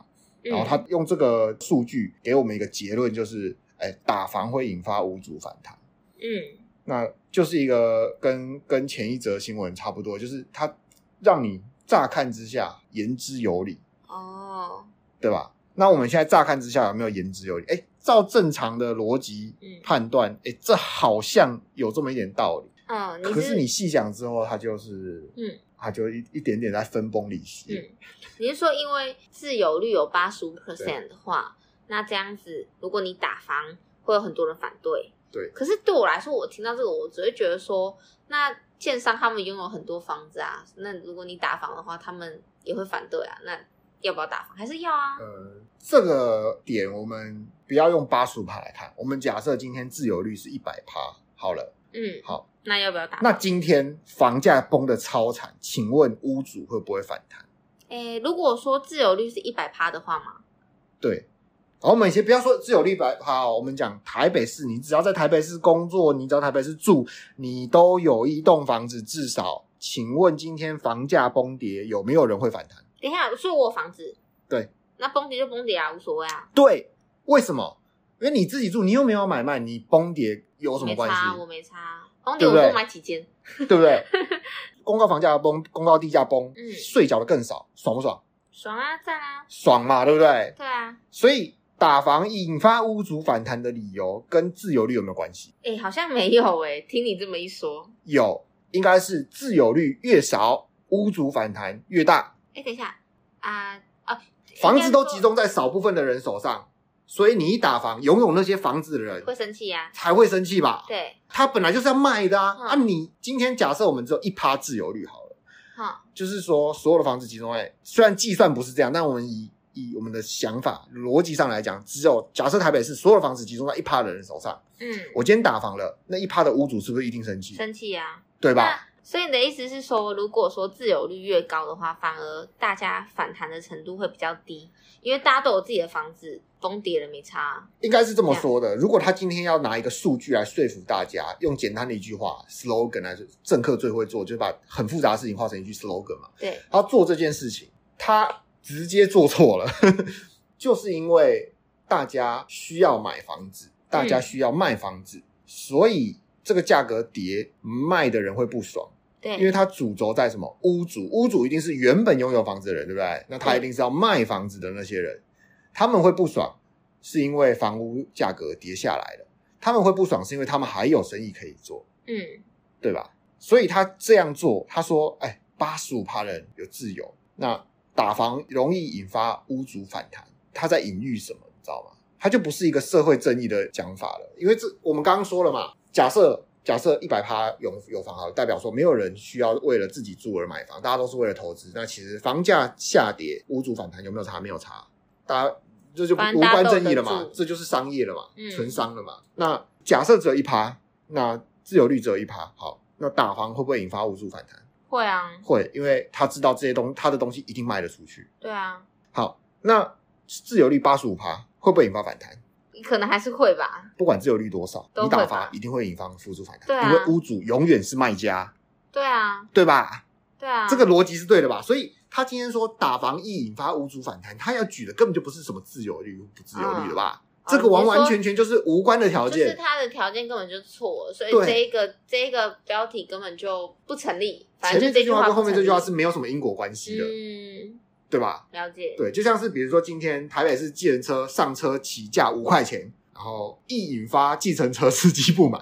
Speaker 1: 嗯，
Speaker 2: 然后他用这个数据给我们一个结论，就是哎打房会引发屋主反弹。
Speaker 1: 嗯
Speaker 2: 那就是一个跟跟前一则新闻差不多，就是它让你乍看之下言之有理，
Speaker 1: 哦
Speaker 2: 对吧？那我们现在乍看之下有没有言之有理？哎，照正常的逻辑
Speaker 1: 嗯
Speaker 2: 判断，哎，这好像有这么一点道理。
Speaker 1: 哦，你
Speaker 2: 可是你细想之后，它就是，
Speaker 1: 嗯，
Speaker 2: 它就一一点点在分崩离析。
Speaker 1: 嗯 你是说，因为自由率有八十五 percent 的话，那这样子，如果你打房，会有很多人反对。
Speaker 2: 对
Speaker 1: 可是对我来说，我听到这个，我只会觉得说，那建商他们拥有很多房子啊，那如果你打房的话，他们也会反对啊。那要不要打房？还是要啊？
Speaker 2: 呃，这个点我们不要用八十五趴来看，我们假设今天自由率是一百趴好了。
Speaker 1: 嗯，
Speaker 2: 好。
Speaker 1: 那要不要打？
Speaker 2: 那今天房价崩的超惨，请问屋主会不会反弹？
Speaker 1: 诶，如果说自由率是一百趴的话嘛，
Speaker 2: 对，然后我们以前不要说自有率百趴、哦，我们讲台北市，你只要在台北市工作，你只要台北市住，你都有一栋房子至少。请问今天房价崩跌，有没有人会反弹？
Speaker 1: 等一下，所以我有房子，
Speaker 2: 对，
Speaker 1: 那崩跌就崩跌啊，无所谓啊，
Speaker 2: 对，为什么？因为你自己住，你又没有买卖，你崩跌有什么
Speaker 1: 没
Speaker 2: 关系？
Speaker 1: 差，啊我没差，崩跌
Speaker 2: 对
Speaker 1: 我
Speaker 2: 不对
Speaker 1: 多买几间，
Speaker 2: 对不对？ 公告房价崩，公告地价崩，
Speaker 1: 嗯
Speaker 2: 税缴的更少，爽不爽？
Speaker 1: 爽啊，赞啊，
Speaker 2: 爽嘛，对不对？
Speaker 1: 对啊。
Speaker 2: 所以打房引发屋主反弹的理由跟自由率有没有关系？
Speaker 1: 哎、好像没有哎、听你这么一说，
Speaker 2: 有，应该是自由率越少，屋主反弹越大，
Speaker 1: 哎，等一下啊啊，
Speaker 2: 房子都
Speaker 1: 应该说
Speaker 2: 集中在少部分的人手上，所以你一打房，拥有那些房子的人
Speaker 1: 会生气呀、
Speaker 2: 才会生气吧？
Speaker 1: 对，
Speaker 2: 他本来就是要卖的啊！
Speaker 1: 嗯
Speaker 2: 啊，你今天假设我们只有一趴自由率好了，
Speaker 1: 哈，
Speaker 2: 就是说所有的房子集中在，虽然计算不是这样，但我们以以我们的想法逻辑上来讲，只有假设台北市所有的房子集中在一趴的人手上，
Speaker 1: 嗯，
Speaker 2: 我今天打房了，那一趴的屋主是不是一定生气？
Speaker 1: 生气呀、
Speaker 2: 对
Speaker 1: 那
Speaker 2: 吧？
Speaker 1: 所以你的意思是说，如果说自由率越高的话，反而大家反弹的程度会比较低，因为大家都有自己的房子，崩跌了没差啊。
Speaker 2: 应该是这么说的。如果他今天要拿一个数据来说服大家，用简单的一句话 slogan 来说，政客最会做，就是把很复杂的事情化成一句 slogan 嘛。
Speaker 1: 对，
Speaker 2: 他做这件事情，他直接做错了， 就是因为大家需要买房子，大家需要卖房子，所以这个价格跌，卖的人会不爽，
Speaker 1: 对，
Speaker 2: 因为它主轴在什么？屋主，屋主一定是原本拥有房子的人，对不对？那他一定是要卖房子的那些人，他们会不爽，是因为房屋价格跌下来了，他们会不爽，是因为他们还有生意可以做。
Speaker 1: 嗯，
Speaker 2: 对吧？所以他这样做，他说：“哎，八十五趴人有自由，那打房容易引发屋主反弹。”他在隐喻什么？你知道吗？他就不是一个社会正义的讲法了，因为这我们刚刚说了嘛，假设假设一百趴有有房好了，代表说没有人需要为了自己住而买房，大家都是为了投资。那其实房价下跌，屋主反弹有没有差？没有差，大家这就不
Speaker 1: 反
Speaker 2: 无
Speaker 1: 正大家
Speaker 2: 关
Speaker 1: 都有
Speaker 2: 正义了
Speaker 1: 得
Speaker 2: 嘛
Speaker 1: 住，
Speaker 2: 这就是商业了嘛，
Speaker 1: 嗯
Speaker 2: 纯商了嘛。那假设只有一趴，那自由率只有一趴，好，那打房会不会引发无数反弹？
Speaker 1: 会啊，
Speaker 2: 会，因为他知道这些东他的东西一定卖得出去。
Speaker 1: 对啊，
Speaker 2: 好，那自由率八十五趴会不会引发反弹？
Speaker 1: 可能还是会吧。
Speaker 2: 不管自由率多少，
Speaker 1: 都
Speaker 2: 你
Speaker 1: 会
Speaker 2: 打
Speaker 1: 吧
Speaker 2: 房一定会引发付出反弹，
Speaker 1: 对啊
Speaker 2: 因为屋主永远是卖家，
Speaker 1: 对啊，
Speaker 2: 对吧？
Speaker 1: 对啊，
Speaker 2: 这个逻辑是对的吧？所以他今天说打房易引发屋主反弹，他要举的根本就不是什么自由率不自由率了
Speaker 1: 哦
Speaker 2: 吧？这个完
Speaker 1: 你
Speaker 2: 完
Speaker 1: 说
Speaker 2: 全全就是无关的条
Speaker 1: 就是
Speaker 2: 件。
Speaker 1: 他的条件根本就错，所以
Speaker 2: 对
Speaker 1: 这一个这一个标题根本就不成立。反
Speaker 2: 前
Speaker 1: 正
Speaker 2: 面
Speaker 1: 就这
Speaker 2: 句话跟
Speaker 1: 不
Speaker 2: 后面这句话是
Speaker 1: 成
Speaker 2: 没有什么因果关系
Speaker 1: 立
Speaker 2: 的，
Speaker 1: 嗯，
Speaker 2: 对吧？
Speaker 1: 了解。
Speaker 2: 对，就像是比如说今天台北市计程车上车起价五块钱，然后易引发计程车司机 不满。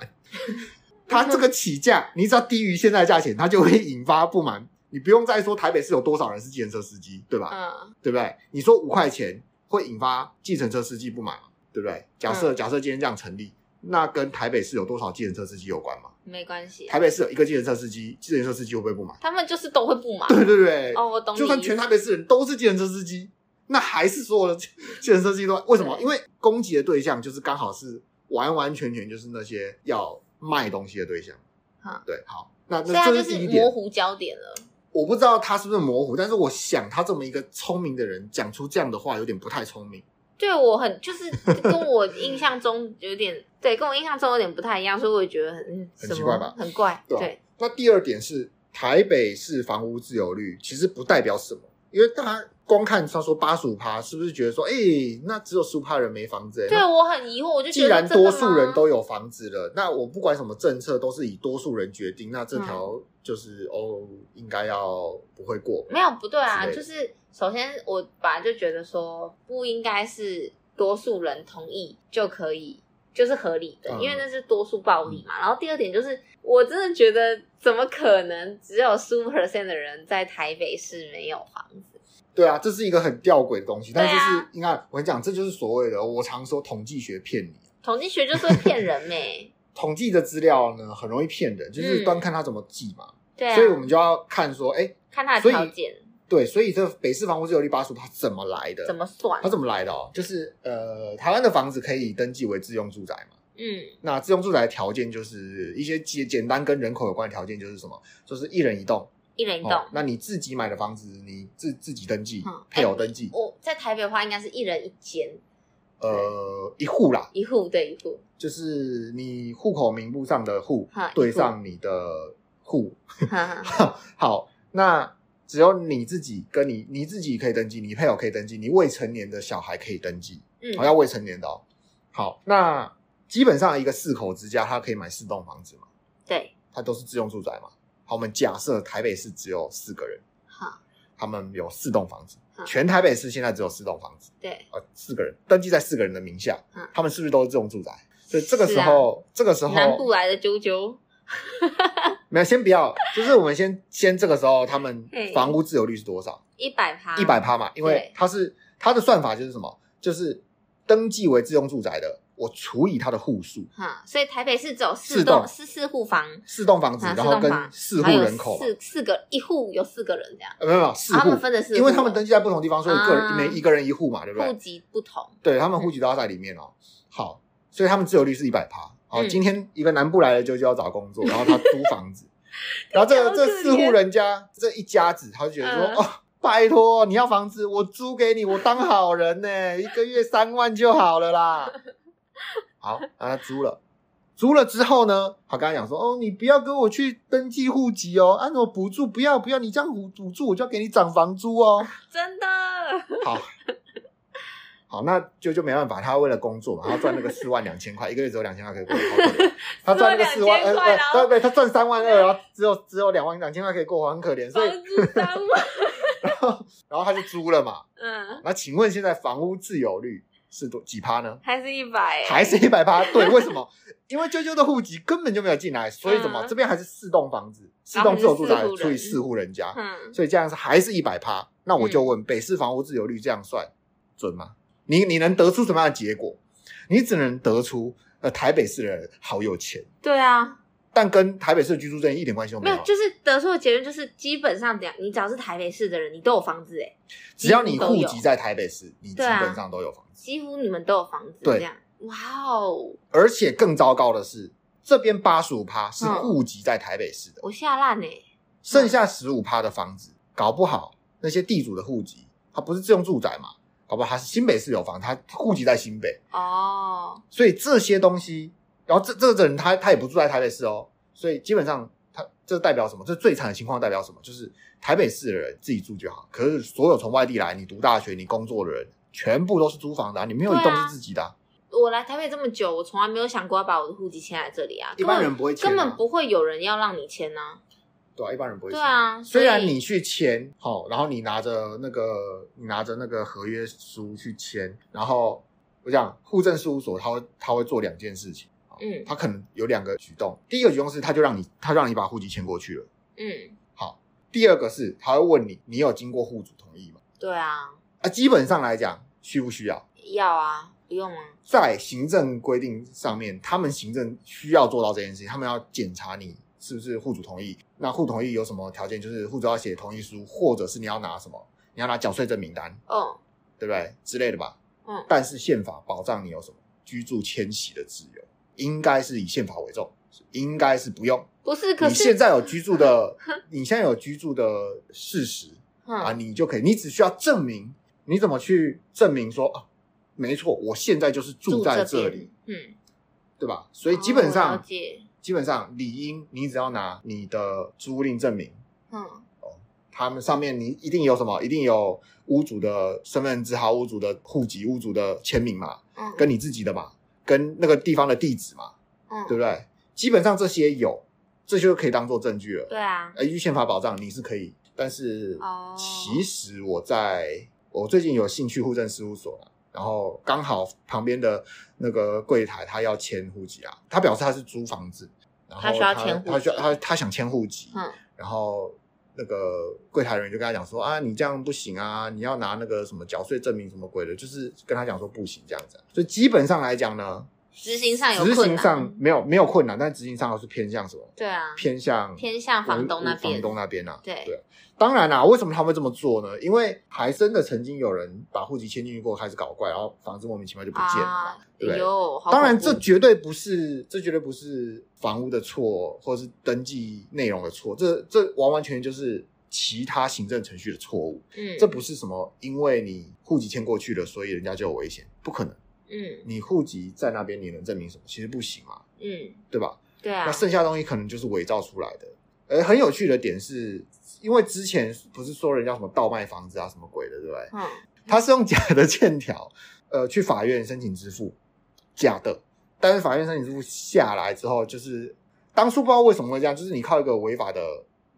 Speaker 2: 他这个起价，你只要低于现在价钱，他就会引发不满。你不用再说台北市有多少人是计程车司机，对吧？
Speaker 1: 嗯，
Speaker 2: 对不对？你说五块钱会引发计程车司机不满嘛，对不对？假
Speaker 1: 嗯
Speaker 2: 设、假设今天这样成立，那跟台北市有多少计程车司机有关吗？
Speaker 1: 没关系，
Speaker 2: 台北市有一个计程车司机，计程车司机会不会不满？
Speaker 1: 他们就是都会不满。
Speaker 2: 对对对，
Speaker 1: 哦，我懂你意思。
Speaker 2: 就算全台北市人都是计程车司机，那还是所有的计程车司机都为什么？
Speaker 1: 对
Speaker 2: 因为攻击的对象就是刚好是完完全全就是那些要卖东西的对象
Speaker 1: 嗯。
Speaker 2: 对，好，那
Speaker 1: 所以他
Speaker 2: 那
Speaker 1: 就
Speaker 2: 这是第
Speaker 1: 是
Speaker 2: 一
Speaker 1: 模
Speaker 2: 点。
Speaker 1: 糊焦点了。
Speaker 2: 我不知道他是不是模糊，但是我想他这么一个聪明的人讲出这样的话，有点不太聪明。
Speaker 1: 对我很就是跟我印象中有点对，跟我印象中有点不太一样，所以我也觉得很嗯
Speaker 2: 很
Speaker 1: 什么
Speaker 2: 奇怪吧
Speaker 1: 很怪，
Speaker 2: 对啊
Speaker 1: 对，
Speaker 2: 那第二点是台北市房屋自有率其实不代表什么，因为大家光看他说八十五趴，是不是觉得说，哎、那只有十五趴人没房子、欸？那
Speaker 1: 对我很疑惑，我就
Speaker 2: 既
Speaker 1: 觉得
Speaker 2: 然
Speaker 1: 真的
Speaker 2: 多
Speaker 1: 吗
Speaker 2: 数人都有房子了，那我不管什么政策都是以多数人决定，那这条
Speaker 1: 嗯
Speaker 2: 就是、哦，应该要不会过。
Speaker 1: 没有不对啊，
Speaker 2: 之类
Speaker 1: 就
Speaker 2: 的
Speaker 1: 是首先我本来就觉得说不应该是多数人同意就可以。就是合理的，
Speaker 2: 嗯
Speaker 1: 因为那是多数暴力嘛。然后第二点就是，我真的觉得怎么可能只有十五 percent 的人在台北市没有房子？
Speaker 2: 对啊，这是一个很吊诡的东西，
Speaker 1: 对
Speaker 2: 但
Speaker 1: 啊
Speaker 2: 就是你看，我跟你讲，这就是所谓的我常说统计学骗你。
Speaker 1: 统计学就是会骗 人呢、
Speaker 2: 统计的资料呢，很容易骗人，就是
Speaker 1: 嗯
Speaker 2: 端看他怎么记嘛。
Speaker 1: 对啊，
Speaker 2: 所以我们就要看说，哎，
Speaker 1: 看他的
Speaker 2: 所以
Speaker 1: 条件
Speaker 2: 对，所以这北市房屋自有率八十它怎么来的？
Speaker 1: 怎么算
Speaker 2: 它。怎么来的哦？就是呃，台湾的房子可以登记为自用住宅嘛。
Speaker 1: 嗯，
Speaker 2: 那自用住宅的条件就是一些简简单跟人口有关的条件，就是什么？就是一人一栋。
Speaker 1: 一人一栋。
Speaker 2: 哦，那你自己买的房子，你自自己登记
Speaker 1: 嗯，
Speaker 2: 配偶登记，
Speaker 1: 我在台北的话，应该是一人一间，嗯
Speaker 2: 呃，一户啦，
Speaker 1: 一户对一户，
Speaker 2: 就是你户口名簿上的户
Speaker 1: 嗯哈一户
Speaker 2: 对上你的 户。
Speaker 1: 哈哈
Speaker 2: 好，那只有你自己跟你你自己可以登记，你配偶可以登记，你未成年的小孩可以登记，
Speaker 1: 嗯
Speaker 2: 好，要未成年的哦。好，那基本上一个四口之家，他可以买四栋房子嘛。
Speaker 1: 对，
Speaker 2: 它都是自用住宅嘛。好，我们假设台北市只有四个人，
Speaker 1: 好，
Speaker 2: 他们有四栋房子，
Speaker 1: 嗯
Speaker 2: 全台北市现在只有四栋房子，
Speaker 1: 对，
Speaker 2: 呃，四个人登记在四个人的名下
Speaker 1: 嗯，
Speaker 2: 他们是不是都是自用住宅？所以这个
Speaker 1: 是
Speaker 2: 时
Speaker 1: 啊
Speaker 2: 候，这个时
Speaker 1: 南部
Speaker 2: 候
Speaker 1: 来的啾啾，
Speaker 2: 没有，先不要，就是我们先先这个时候，他们
Speaker 1: 嘿
Speaker 2: 房屋自由率是多少？
Speaker 1: 一百趴，
Speaker 2: 一百趴嘛，因为
Speaker 1: 对
Speaker 2: 它是它的算法就是什么？就是登记为自用住宅的，我除以它的户数，
Speaker 1: 哈，所以台北市只有四
Speaker 2: 四
Speaker 1: 栋
Speaker 2: 栋
Speaker 1: 四四户房，
Speaker 2: 四栋房子，
Speaker 1: 啊
Speaker 2: 然
Speaker 1: 四
Speaker 2: 后
Speaker 1: 栋
Speaker 2: 跟
Speaker 1: 房
Speaker 2: 四户
Speaker 1: 还有
Speaker 2: 人口嘛，
Speaker 1: 四四个一户有四个人这样，
Speaker 2: 呃，没有没有四
Speaker 1: 啊他
Speaker 2: 户
Speaker 1: 们，分的是，
Speaker 2: 因为他们登记在不同地方，所以个人
Speaker 1: 啊
Speaker 2: 每一个人一户嘛，对不
Speaker 1: 户
Speaker 2: 对？
Speaker 1: 籍不同，
Speaker 2: 对他们户籍都要在里面哦。好，所以他们自由率是一百趴。好，
Speaker 1: 嗯
Speaker 2: 今天一个南部来的就就要找工 作，然后他租房子，然后这
Speaker 1: 好
Speaker 2: 个
Speaker 1: 可
Speaker 2: 这
Speaker 1: 怜
Speaker 2: 四户人家这一家子，他就觉得
Speaker 1: 嗯
Speaker 2: 说哦。拜托，你要房子，我租给你，我当好 人呢，一个月三万就好了啦。好，那他租了，租了之后呢，他跟他讲说，哦，你不要跟我去登记户籍哦，按、啊、我补助不要不要，你这样补补助我就要给你涨房租哦。
Speaker 1: 真的，
Speaker 2: 好，好，那就就没办法，他为了工作嘛，他赚那个四万 两千块，一个月只有两千块可以过，好可怜。他赚那个四万，
Speaker 1: 42000
Speaker 2: 呃，
Speaker 1: 块
Speaker 2: 呃
Speaker 1: 然后
Speaker 2: 对对，他赚三万二，然后只有只有两万两千块可以过活，很可怜。所以，
Speaker 1: 租三 万，
Speaker 2: 然后他就租了嘛。
Speaker 1: 嗯，
Speaker 2: 那请问现在房屋自有率是多几趴呢？
Speaker 1: 还是一百，
Speaker 2: 还是一百趴？对，为什么？因为啾啾的户籍根本就没有进来，所以怎么
Speaker 1: 嗯
Speaker 2: 这边还是四栋房子，四
Speaker 1: 然后
Speaker 2: 栋自有住宅
Speaker 1: 还是四户人
Speaker 2: 除以四户人家，
Speaker 1: 嗯，
Speaker 2: 所以这样是还是一百趴。那我就问，北市房屋自由率这样算准吗？你你能得出什么样的结果？你只能得出，呃，台北市的人好有钱，
Speaker 1: 对啊，
Speaker 2: 但跟台北市的居住证一点关系都
Speaker 1: 没
Speaker 2: 没有
Speaker 1: 有，。就是得出的结论就是，基本上怎样，你只要是台北市的人，你都有房子，哎，
Speaker 2: 只要你
Speaker 1: 几乎都
Speaker 2: 户
Speaker 1: 有
Speaker 2: 籍在台北市，你基
Speaker 1: 对啊
Speaker 2: 本上都有房子。
Speaker 1: 几乎你们都有房子，
Speaker 2: 对
Speaker 1: 这样，哇哦，
Speaker 2: 而且更糟糕的是，这边八十五趴是
Speaker 1: 嗯
Speaker 2: 户籍在台北市的，
Speaker 1: 我吓烂哎，
Speaker 2: 剩下十五趴的房子，搞不好那些地主的户籍，它不是自用住宅嘛，搞不好它是新北市有房，它户籍在新北，
Speaker 1: 哦，
Speaker 2: 所以这些东西，然后这这个人他他也不住在台北市哦，所以基本上他这代表什么？这最惨的情况代表什么？就是台北市的人自己住就好，可是所有从外地来，你读大学、你工作的人，全部都是租房的、啊，你没有一
Speaker 1: 对
Speaker 2: 栋
Speaker 1: 啊
Speaker 2: 是自己的啊、
Speaker 1: 我来台北这么久，我从来没有想过要把我的户籍迁来这里啊，
Speaker 2: 一般人不会签、啊，
Speaker 1: 根本不会有人要让你签啊。
Speaker 2: 对啊，一般人不会签。
Speaker 1: 对啊，
Speaker 2: 虽然
Speaker 1: 所以
Speaker 2: 你去签，好、然后你拿着那个你拿着那个合约书去签，然后我讲户政事务所他会他会做两件事情，好
Speaker 1: 嗯
Speaker 2: 他可能有两个举动，第一个举动是他就让你他让你把户籍迁过去了，
Speaker 1: 嗯，
Speaker 2: 好，第二个是他会问你你有经过户主同意吗？
Speaker 1: 对啊，
Speaker 2: 啊，基本上来讲需不需要？
Speaker 1: 要啊，不用啊，
Speaker 2: 在行政规定上面，他们行政需要做到这件事情，他们要检查你是不是户主同意。那户同意有什么条件？就是户主要写同意书，或者是你要拿什么？你要拿缴税证明单，
Speaker 1: 嗯
Speaker 2: 对不对之类的吧？
Speaker 1: 嗯
Speaker 2: 但是宪法保障你有什么居住迁徙的自由，应该是以宪法为重，应该是不用。
Speaker 1: 不是，可
Speaker 2: 你
Speaker 1: 是
Speaker 2: 现在有居住 的，你现在有居住的事实啊，
Speaker 1: 嗯，
Speaker 2: 你就可以，你只需要证明，你怎么去证明说啊，没错，我现在就是住在这里。
Speaker 1: 边，嗯，
Speaker 2: 对吧？所以基本
Speaker 1: 哦
Speaker 2: 上、
Speaker 1: 了解，
Speaker 2: 基本上理应你只要拿你的租赁证明，
Speaker 1: 嗯
Speaker 2: 他们上面你一定有什么，一定有屋主的身份证号、屋主的户籍、屋主的签名嘛，
Speaker 1: 嗯，
Speaker 2: 跟你自己的嘛，跟那个地方的地址嘛，
Speaker 1: 嗯
Speaker 2: 对不对？基本上这些有，这些就可以当做证据了。
Speaker 1: 对啊，
Speaker 2: 呃，依宪法保障你是可以，但是
Speaker 1: 哦
Speaker 2: 其实我在我最近有兴趣户政事务所啦，然后刚好旁边的那个柜台他要迁户籍啊，他表示他是租房子，然后
Speaker 1: 他需要迁户籍
Speaker 2: 他需要他他想迁户籍，
Speaker 1: 嗯
Speaker 2: 然后那个柜台人就跟他讲说啊，你这样不行啊，你要拿那个什么缴税证明什么鬼的，就是跟他讲说不行这样子啊、所以基本上来讲呢，
Speaker 1: 执行上有
Speaker 2: 执
Speaker 1: 困
Speaker 2: 行
Speaker 1: 难
Speaker 2: 上没有没有困难，但执行上是偏向什么？
Speaker 1: 对啊，
Speaker 2: 偏向
Speaker 1: 偏向房东那边
Speaker 2: 房东那边啊。
Speaker 1: 对
Speaker 2: 对，当然啦、为什么他们会这么做呢？因为还真的曾经有人把户籍迁进去过，开始搞怪，然后房子莫名其妙就不见了嘛。
Speaker 1: 啊，
Speaker 2: 对不对
Speaker 1: 有，好
Speaker 2: 当然，
Speaker 1: 恐
Speaker 2: 这
Speaker 1: 怖
Speaker 2: 绝对不是，这绝对不是房屋的错，或是登记内容的错，这这完完全全就是其他行政程序的错误。
Speaker 1: 嗯
Speaker 2: 这不是什么因为你户籍迁过去了，所以人家就有危险，不可能。
Speaker 1: 嗯
Speaker 2: 你户籍在那边，你能证明什么？其实不行嘛，
Speaker 1: 嗯，
Speaker 2: 对吧？
Speaker 1: 对啊
Speaker 2: 那，剩下的东西可能就是伪造出来的。而很有趣的点是，因为之前不是说人家什么倒卖房子啊什么鬼的，对不对？
Speaker 1: 嗯
Speaker 2: 他是用假的欠条，呃，去法院申请支付假的，但是法院申请支付下来之后，就是当初不知道为什么会这样，就是你靠一个违法的。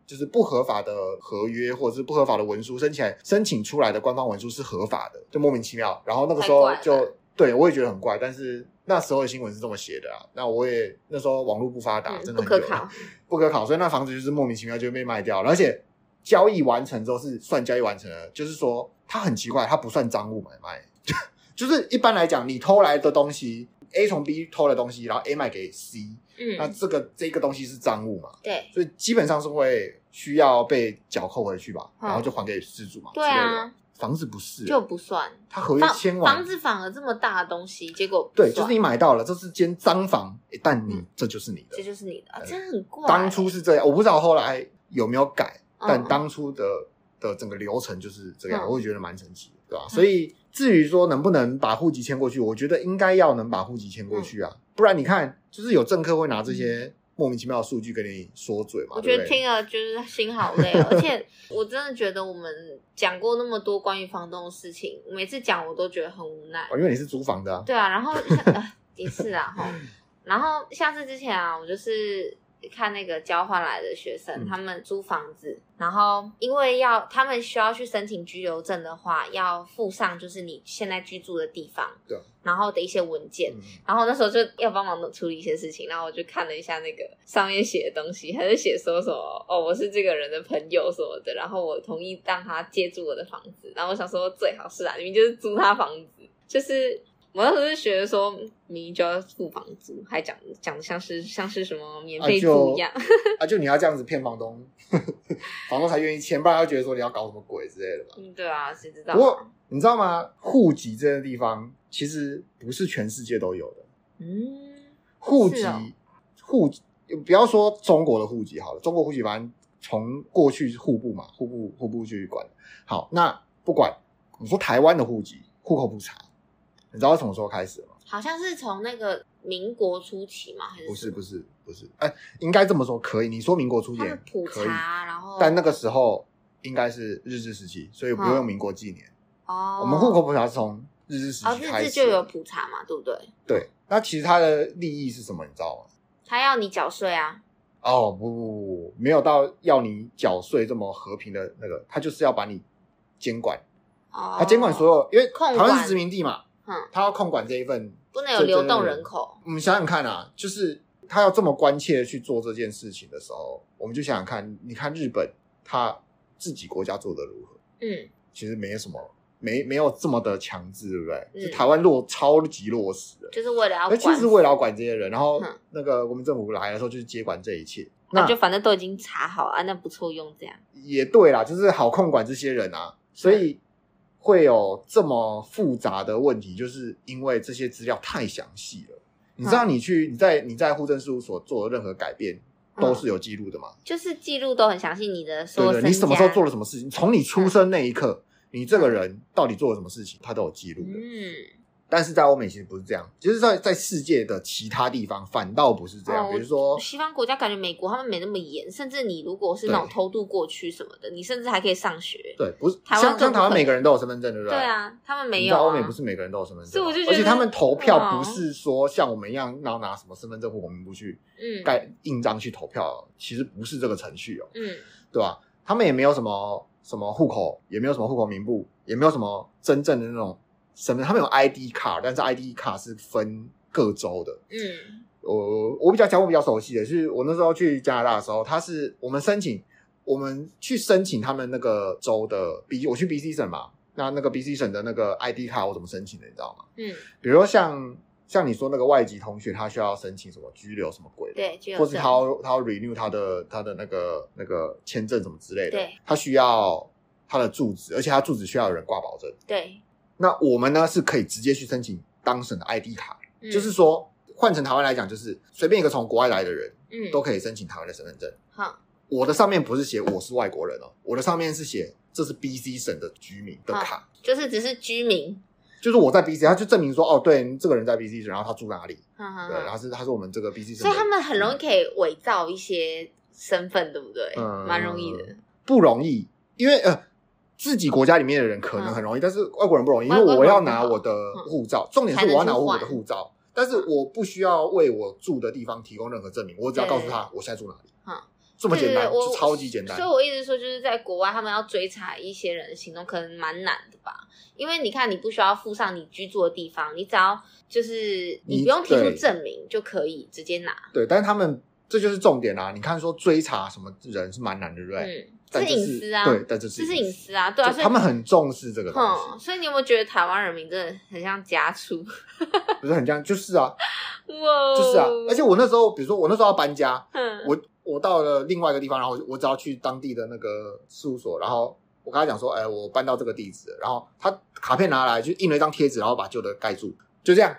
Speaker 2: 就是不合法的合约或者是不合法的文书申请申请出来的官方文书是合法的，就莫名其妙。然后那个时候
Speaker 1: 太怪了
Speaker 2: 就对我也觉得很怪，但是那时候的新闻是这么写的啊。那我也那时候网络不发达，
Speaker 1: 嗯
Speaker 2: 真的
Speaker 1: 不
Speaker 2: 很
Speaker 1: 可
Speaker 2: 远啊
Speaker 1: 考，
Speaker 2: 不可考，所以那房子就是莫名其妙就被卖掉了，而且交易完成之后是算交易完成了，就是说它很奇怪，它不算赃物买卖， 就就是一般来讲，你偷来的东西，A 从 B 偷的东西，然后 A 卖给 C，那
Speaker 1: 嗯，
Speaker 2: 这个这个东西是赃物嘛，
Speaker 1: 对，
Speaker 2: 所以基本上是会需要被缴扣回去吧，
Speaker 1: 嗯
Speaker 2: 然后就还给失主嘛，
Speaker 1: 对啊
Speaker 2: 之类的，房子不是，
Speaker 1: 就不算。
Speaker 2: 他合约
Speaker 1: 房
Speaker 2: 签
Speaker 1: 房
Speaker 2: 完。
Speaker 1: 子反而这么大的东西，结果不
Speaker 2: 对，就
Speaker 1: 算
Speaker 2: 是你买到了，这是间赃房，诶但你
Speaker 1: 嗯
Speaker 2: 这就是你的
Speaker 1: 这。就是你的，啊、真的很怪欸、
Speaker 2: 呃当初是这样，我不知道后来有没有改，
Speaker 1: 嗯
Speaker 2: 但当初的的整个流程就是这样，
Speaker 1: 嗯
Speaker 2: 我也觉得蛮神奇的，对吧？所以至于说能不能把户籍迁过去，我觉得应该要能把户籍
Speaker 1: 嗯
Speaker 2: 迁过去啊，不然你看，就是有政客会拿这些莫名其妙的数据跟你说嘴嘛，
Speaker 1: 我觉
Speaker 2: 对不
Speaker 1: 得
Speaker 2: 对？
Speaker 1: 听了就是心好累哦，而且我真的觉得我们讲过那么多关于房东的事情，每次讲我都觉得很无奈。
Speaker 2: 哦因为你是租房的啊，
Speaker 1: 对啊，然后像、呃、也是啊哈，然后下次之前啊，我就是看那个交换来的学生，
Speaker 2: 嗯
Speaker 1: 他们租房子，然后因为要他们需要去申请居留证的话，要附上就是你现在居住的地方，
Speaker 2: 对，啊
Speaker 1: 然后的一些文件，
Speaker 2: 嗯
Speaker 1: 然后那时候就要帮忙处理一些事情，然后我就看了一下那个上面写的东西，他就写说什么哦，我是这个人的朋友什么的，然后我同意让他借住我的房子，然后我想说最好是啊，明明就是租他房子，就是我那时候就觉得说明明就要付房租，还讲讲的像是像是什么免
Speaker 2: 啊
Speaker 1: 费
Speaker 2: 就
Speaker 1: 住一样，
Speaker 2: 啊，就你要这样子骗房东， 房东才愿意签，不然他会觉得说你要搞什么鬼之类的吧。
Speaker 1: 嗯，对啊，谁知道啊、
Speaker 2: 不过你知道吗？户籍这个地方其实不是全世界都有的。
Speaker 1: 嗯，
Speaker 2: 户籍、
Speaker 1: 是哦
Speaker 2: 户籍，不要说中国的户籍好了，中国户籍反正从过去是户部嘛，户部户部去管。好，那不管你说台湾的户籍，户口普查，你知道从什么时候开始吗？
Speaker 1: 好像是从那个民国初期嘛，还是
Speaker 2: 不是不
Speaker 1: 是
Speaker 2: 是不是，哎、应该这么说可以。你说民国初
Speaker 1: 他们
Speaker 2: 年
Speaker 1: 普
Speaker 2: 可以，
Speaker 1: 查，然后
Speaker 2: 但那个时候应该是日治时期，所以不
Speaker 1: 嗯
Speaker 2: 用民国纪年。
Speaker 1: 哦，
Speaker 2: 我们户口普查是从日治时
Speaker 1: 哦，
Speaker 2: 期
Speaker 1: 日
Speaker 2: 开始，
Speaker 1: 志就有普查嘛，对不对？
Speaker 2: 对，那其实它的利益是什么？你知道吗？
Speaker 1: 他要你缴税啊，
Speaker 2: 哦，不不不，不没有到要你缴税这么和平的那个，他就是要把你监管，
Speaker 1: 哦，
Speaker 2: 他啊监管所有，因为
Speaker 1: 控
Speaker 2: 台
Speaker 1: 管
Speaker 2: 湾是殖民地嘛，
Speaker 1: 嗯，
Speaker 2: 他要控管这一份。
Speaker 1: 不能有流动人口，
Speaker 2: 我们想想看啊，就是他要这么关切的去做这件事情的时候，我们就想想看，你看日本他自己国家做的如何，
Speaker 1: 嗯，
Speaker 2: 其实没有什么，没没有这么的强制，对不对？
Speaker 1: 嗯
Speaker 2: 就台湾落超级落实的，
Speaker 1: 就是为了要
Speaker 2: 那
Speaker 1: 管，
Speaker 2: 哎其实为了要管这些人，然后
Speaker 1: 嗯
Speaker 2: 那个国民政府来的时候就是接管这一切，
Speaker 1: 啊
Speaker 2: 那
Speaker 1: 就反正都已经查好啊，那不错用这样，
Speaker 2: 也对啦，就是好控管这些人啊，所以会有这么复杂的问题，就是因为这些资料太详细了。你知道，
Speaker 1: 嗯
Speaker 2: 你去你在你在户政事务所做的任何改变都是有记录的嘛？
Speaker 1: 就是记录都很详细，你的所
Speaker 2: 对
Speaker 1: 有
Speaker 2: 对，
Speaker 1: 身
Speaker 2: 你什么时候
Speaker 1: 家
Speaker 2: 做了什么事情，从你出生那一刻，你这个人到底做了什么事情，他都有记录的。
Speaker 1: 嗯，
Speaker 2: 但是在欧美其实不是这样，就是在在世界的其他地方反倒不是这样，
Speaker 1: 哦
Speaker 2: 比如说
Speaker 1: 西方国家感觉美国他们没那么严，甚至你如果是那种
Speaker 2: 对
Speaker 1: 偷渡过去什么的，你甚至还可以上学，
Speaker 2: 对，不是
Speaker 1: 台湾
Speaker 2: 像
Speaker 1: 更
Speaker 2: 像
Speaker 1: 不
Speaker 2: 台
Speaker 1: 可
Speaker 2: 湾
Speaker 1: 能
Speaker 2: 每个人都有身份证，对不
Speaker 1: 对
Speaker 2: 对？。
Speaker 1: 啊，他们没
Speaker 2: 你
Speaker 1: 有
Speaker 2: 知
Speaker 1: 啊，
Speaker 2: 道欧美不是每个人都有身份证，
Speaker 1: 所以我就觉得
Speaker 2: 而且他们投票
Speaker 1: 哇
Speaker 2: 不是说像我们一样，然后拿什么身份证或我们不去
Speaker 1: 嗯
Speaker 2: 盖印章去投票，其实不是这个程序哦，
Speaker 1: 嗯
Speaker 2: 对吧？他们也没有什么什么户口，也没有什么户口名簿，也没有什么真正的那种身份，他们有 ID 卡，但是 ID 卡是分各州的。
Speaker 1: 嗯
Speaker 2: 我我比较讲我比较熟悉的是，我那时候去加拿大的时候，他是我们申请，我们去申请他们那个州的 B，我去 BC 省嘛，那那个 BC 省的那个 ID 卡我怎么申请的，你知道吗？
Speaker 1: 嗯，
Speaker 2: 比如说像像你说那个外籍同学，他需要申请什么居留什么鬼的，
Speaker 1: 对，就有
Speaker 2: 或是
Speaker 1: 这
Speaker 2: 他
Speaker 1: 样
Speaker 2: 要他要 renew 他的他的那个那个签证什么之类的
Speaker 1: 对，
Speaker 2: 他需要他的住址，而且他住址需要有人挂保证。
Speaker 1: 对，
Speaker 2: 那我们呢是可以直接去申请当省的 ID 卡，
Speaker 1: 嗯
Speaker 2: 就是说换成台湾来讲，就是随便一个从国外来的人
Speaker 1: 嗯
Speaker 2: 都可以申请台湾的身份证。
Speaker 1: 好，
Speaker 2: 我的上面不是写我是外国人哦，我的上面是写这是 BC 省的居民
Speaker 1: 啊
Speaker 2: 的卡。
Speaker 1: 就是只是居民，
Speaker 2: 就是我在 BC，他就证明说，哦，对，这个人在 BC 省，然后他住哪里，
Speaker 1: 哈哈
Speaker 2: 对，然后是他是我们这个 BC 省
Speaker 1: 啊所
Speaker 2: 的，
Speaker 1: 以他们很容易可以伪造一些身份，对不对？
Speaker 2: 嗯
Speaker 1: 蛮容易的。
Speaker 2: 不容易，因为呃，自己国家里面的人可能
Speaker 1: 嗯
Speaker 2: 很容易，但是外国人不容易，因
Speaker 1: 外
Speaker 2: 为
Speaker 1: 国人
Speaker 2: 我要
Speaker 1: 不
Speaker 2: 拿
Speaker 1: 好
Speaker 2: 我的
Speaker 1: 嗯
Speaker 2: 护照，重点
Speaker 1: 才
Speaker 2: 是
Speaker 1: 能
Speaker 2: 我要
Speaker 1: 去
Speaker 2: 拿我
Speaker 1: 换嗯
Speaker 2: 的护照，但是我不需要为我住的地方提供任何证明，我只要告诉他我现在住哪里
Speaker 1: 嗯，
Speaker 2: 这么简单，
Speaker 1: 对对对我
Speaker 2: 就超级简单
Speaker 1: 所以。我一直说，就是在国外，他们要追查一些人的行踪，可能蛮难的吧。因为你看，你不需要附上你居住的地方，你只要就是
Speaker 2: 你
Speaker 1: 你不用提出
Speaker 2: 对
Speaker 1: 证明就可以直接拿。
Speaker 2: 对，但是他们这就是重点啦、你看说追查什么人是蛮难的，对不对？
Speaker 1: 嗯，这是
Speaker 2: 但这
Speaker 1: 隐私啊，
Speaker 2: 对，但这是
Speaker 1: 这是隐私啊，对啊，
Speaker 2: 就
Speaker 1: 所以哦
Speaker 2: 他们很重视这个东西，
Speaker 1: 哼，所以你有没有觉得台湾人民真的很像家畜？
Speaker 2: 不是很像，就是啊，
Speaker 1: 哇， 哦
Speaker 2: 就是啊。而且我那时候，比如说我那时候要搬家，
Speaker 1: 嗯，
Speaker 2: 我我到了另外一个地方，然后我只要去当地的那个事务所，然后我跟他讲说，哎，我搬到这个地址了，然后他卡片拿来就印了一张贴纸，然后把旧的盖住，就 这样，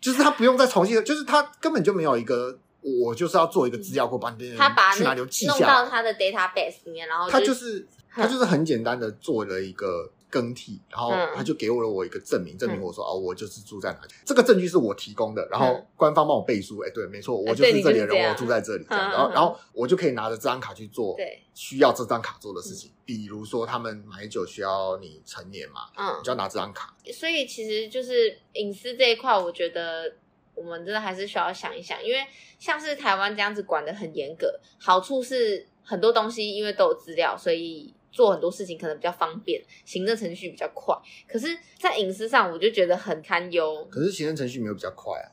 Speaker 2: 就是他不用再重新，就是他根本就没有一个，我就是要做一个资料库，把你这些人
Speaker 1: 他把
Speaker 2: 去哪
Speaker 1: 那
Speaker 2: 里都记
Speaker 1: 弄
Speaker 2: 下
Speaker 1: 到
Speaker 2: 来，
Speaker 1: 他的 database 里面，然后
Speaker 2: 啊他就是是他就是很简单的做了一个更替，然后
Speaker 1: 嗯
Speaker 2: 他就给我了我一个证明，证明我说哦，我就是住在哪里。这个证据是我提供的，然后
Speaker 1: 嗯
Speaker 2: 官方帮我背书，哎，对，没错，我
Speaker 1: 哎
Speaker 2: 就是
Speaker 1: 对
Speaker 2: 这里的
Speaker 1: 你就是这
Speaker 2: 人，
Speaker 1: 样
Speaker 2: 我住在这里，这样，
Speaker 1: 嗯
Speaker 2: 然后
Speaker 1: 嗯
Speaker 2: 然后我就可以拿着这张卡去做
Speaker 1: 对，嗯
Speaker 2: 需要这张卡做的事情，比如说他们买酒需要你成年嘛，
Speaker 1: 嗯
Speaker 2: 你，就要拿这张卡。
Speaker 1: 所以其实就是隐私这一块，我觉得我们真的还是需要想一想，因为像是台湾这样子管的很严格，好处是很多东西因为都有资料，所以做很多事情可能比较方便，行政程序比较快。可是，在隐私上，我就觉得很堪忧。
Speaker 2: 可是行政程序没有比较快啊。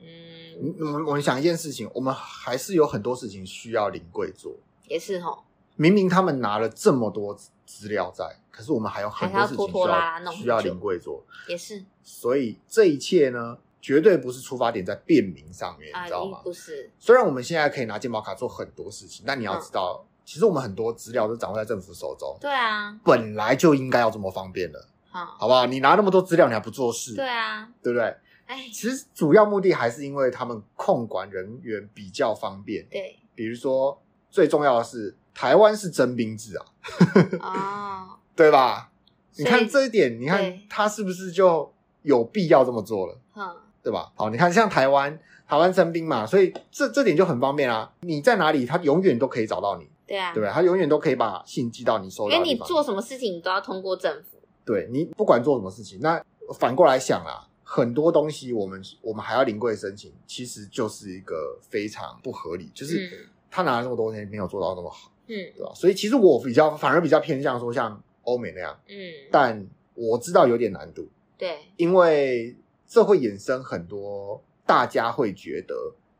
Speaker 1: 嗯，
Speaker 2: 你我们我们想一件事情，我们还是有很多事情需要临柜做。
Speaker 1: 也是吼，
Speaker 2: 明明他们拿了这么多资料在，可是我们还有很多
Speaker 1: 还是
Speaker 2: 事
Speaker 1: 要
Speaker 2: 情
Speaker 1: 拖
Speaker 2: 需
Speaker 1: 拖拉拉
Speaker 2: 要
Speaker 1: 弄很久
Speaker 2: 需要临柜做，
Speaker 1: 也是
Speaker 2: 所以这一切呢，绝对不是出发点在便民上面，
Speaker 1: 啊，
Speaker 2: 你知道
Speaker 1: 一
Speaker 2: 吗？
Speaker 1: 不是，
Speaker 2: 虽然我们现在可以拿健保卡做很多事情，但你要
Speaker 1: 嗯
Speaker 2: 知道，其实我们很多资料都掌握在政府手中，
Speaker 1: 对啊，
Speaker 2: 本来就应该要这么方便了，
Speaker 1: 好，
Speaker 2: 好不好？你拿那么多资料，你还不做事，
Speaker 1: 对啊，
Speaker 2: 对不对？
Speaker 1: 哎，
Speaker 2: 其实主要目的还是因为他们控管人员比较方便，
Speaker 1: 对，
Speaker 2: 比如说最重要的是，台湾是征兵制啊，
Speaker 1: 哦，
Speaker 2: 对吧？你
Speaker 1: 所以
Speaker 2: 看这一点，你看
Speaker 1: 对
Speaker 2: 他是不是就有必要这么做了，
Speaker 1: 哼，
Speaker 2: 对吧？好，你看像台湾，台湾征兵嘛，所以这这点就很方便啊。你在哪里，他永远都可以找到你，
Speaker 1: 对啊，
Speaker 2: 对不对？他永远都可以把信寄到你手
Speaker 1: 因
Speaker 2: 里。
Speaker 1: 为你做什么事情你都要通过政府，
Speaker 2: 对你不管做什么事情，那反过来想啊，很多东西我们我们还要临柜申请，其实就是一个非常不合理，就是
Speaker 1: 嗯
Speaker 2: 他拿了那么多东西没有做到那么好，
Speaker 1: 嗯
Speaker 2: 对吧？所以其实我比较反而比较偏向说像欧美那样，
Speaker 1: 嗯，
Speaker 2: 但我知道有点难度，
Speaker 1: 对，
Speaker 2: 因为这会衍生很多大家会觉得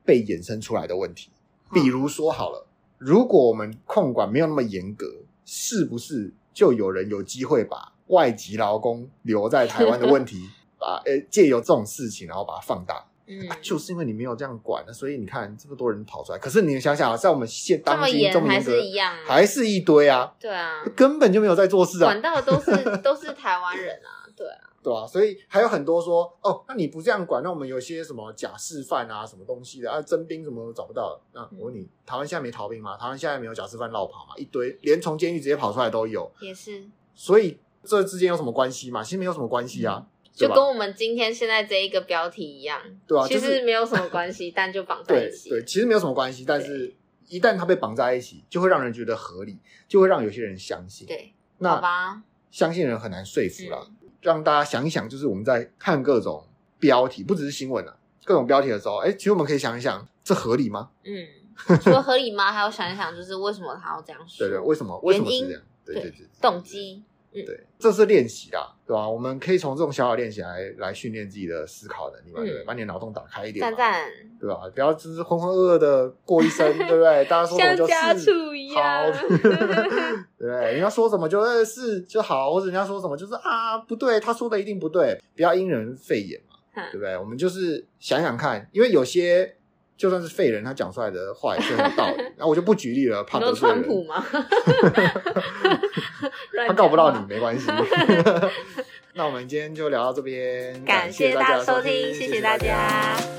Speaker 2: 被衍生出来的问题。
Speaker 1: 嗯
Speaker 2: 比如说好了，如果我们控管没有那么严格，是不是就有人有机会把外籍劳工留在台湾的 问题，把呃借由这种事情，然后把它放大？
Speaker 1: 嗯
Speaker 2: 啊，就是因为你没有这样管，啊所以你看这么多人跑出来。可是你想想啊，在我们现
Speaker 1: 这
Speaker 2: 当
Speaker 1: 么
Speaker 2: 今
Speaker 1: 严
Speaker 2: 这么
Speaker 1: 还
Speaker 2: 严格
Speaker 1: 是，一样啊，
Speaker 2: 还是一堆啊，
Speaker 1: 对 啊，
Speaker 2: 根本就没有在做事啊
Speaker 1: 管。到的都是都是台湾人啊，对啊，
Speaker 2: 对啊，所以还有很多说哦，那你不这样管，那我们有些什么假示范啊，什么东西的啊，征兵什么都找不到了。那
Speaker 1: 嗯
Speaker 2: 我问你，台湾现在没逃兵吗？台湾现在没有假示范绕跑吗？一堆连从监狱直接跑出来都有，
Speaker 1: 也 是，
Speaker 2: 所以这之间有什么关系吗？其实没有什么关系啊，对
Speaker 1: 就
Speaker 2: 吧
Speaker 1: 跟我们今天现在这一个标题一样，
Speaker 2: 对啊
Speaker 1: 嗯其
Speaker 2: 就是
Speaker 1: 实没有什么关系，但就绑在
Speaker 2: 对
Speaker 1: 一起，
Speaker 2: 对，其实没有什么关系，但是一旦它被绑在一起，就会让人觉得合理，就会让有些人相信。
Speaker 1: 对，好
Speaker 2: 那
Speaker 1: 吧，
Speaker 2: 相信人很难说服啦，
Speaker 1: 嗯
Speaker 2: 让大家想一想，就是我们在看各种标题，不只是新闻啊，各种标题的时候，哎，其实我们可以想一想，这合理吗？
Speaker 1: 嗯，除了合理吗？还要想一想，就是为什么他要这样说，
Speaker 2: 对对，为什么？为什么是这样？对
Speaker 1: 对
Speaker 2: 对对，
Speaker 1: 动。机，
Speaker 2: 对，这是练习啦，对吧？我们可以从这种小小练习来来训练自己的思考能力嘛，
Speaker 1: 嗯
Speaker 2: 对不对？把你的脑洞打开一点
Speaker 1: 赞
Speaker 2: 嘛，
Speaker 1: 赞，
Speaker 2: 对吧？不要只是浑浑噩噩的过 一生，对不对？大家说什么
Speaker 1: 像
Speaker 2: 就
Speaker 1: 家
Speaker 2: 是。
Speaker 1: 畜一
Speaker 2: 好
Speaker 1: 样，，
Speaker 2: 对，人家说什么就是哎是就好，或者人家说什么就是啊不对，他说的一定不对，不要因人废言嘛，
Speaker 1: 嗯
Speaker 2: 对不对？我们就是想想看，因为有些就算是废人，他讲出来的话也是很有道理。然后我就不举例了，怕
Speaker 1: 你
Speaker 2: 得
Speaker 1: 说川
Speaker 2: 罪人。
Speaker 1: 普 吗？ 乱
Speaker 2: 他告不到
Speaker 1: 讲话。
Speaker 2: 你 没关系。 那我们今天就聊到这边，
Speaker 1: 感谢
Speaker 2: 大
Speaker 1: 大
Speaker 2: 家
Speaker 1: 家
Speaker 2: 的
Speaker 1: 收
Speaker 2: 听，
Speaker 1: 听，谢谢大家。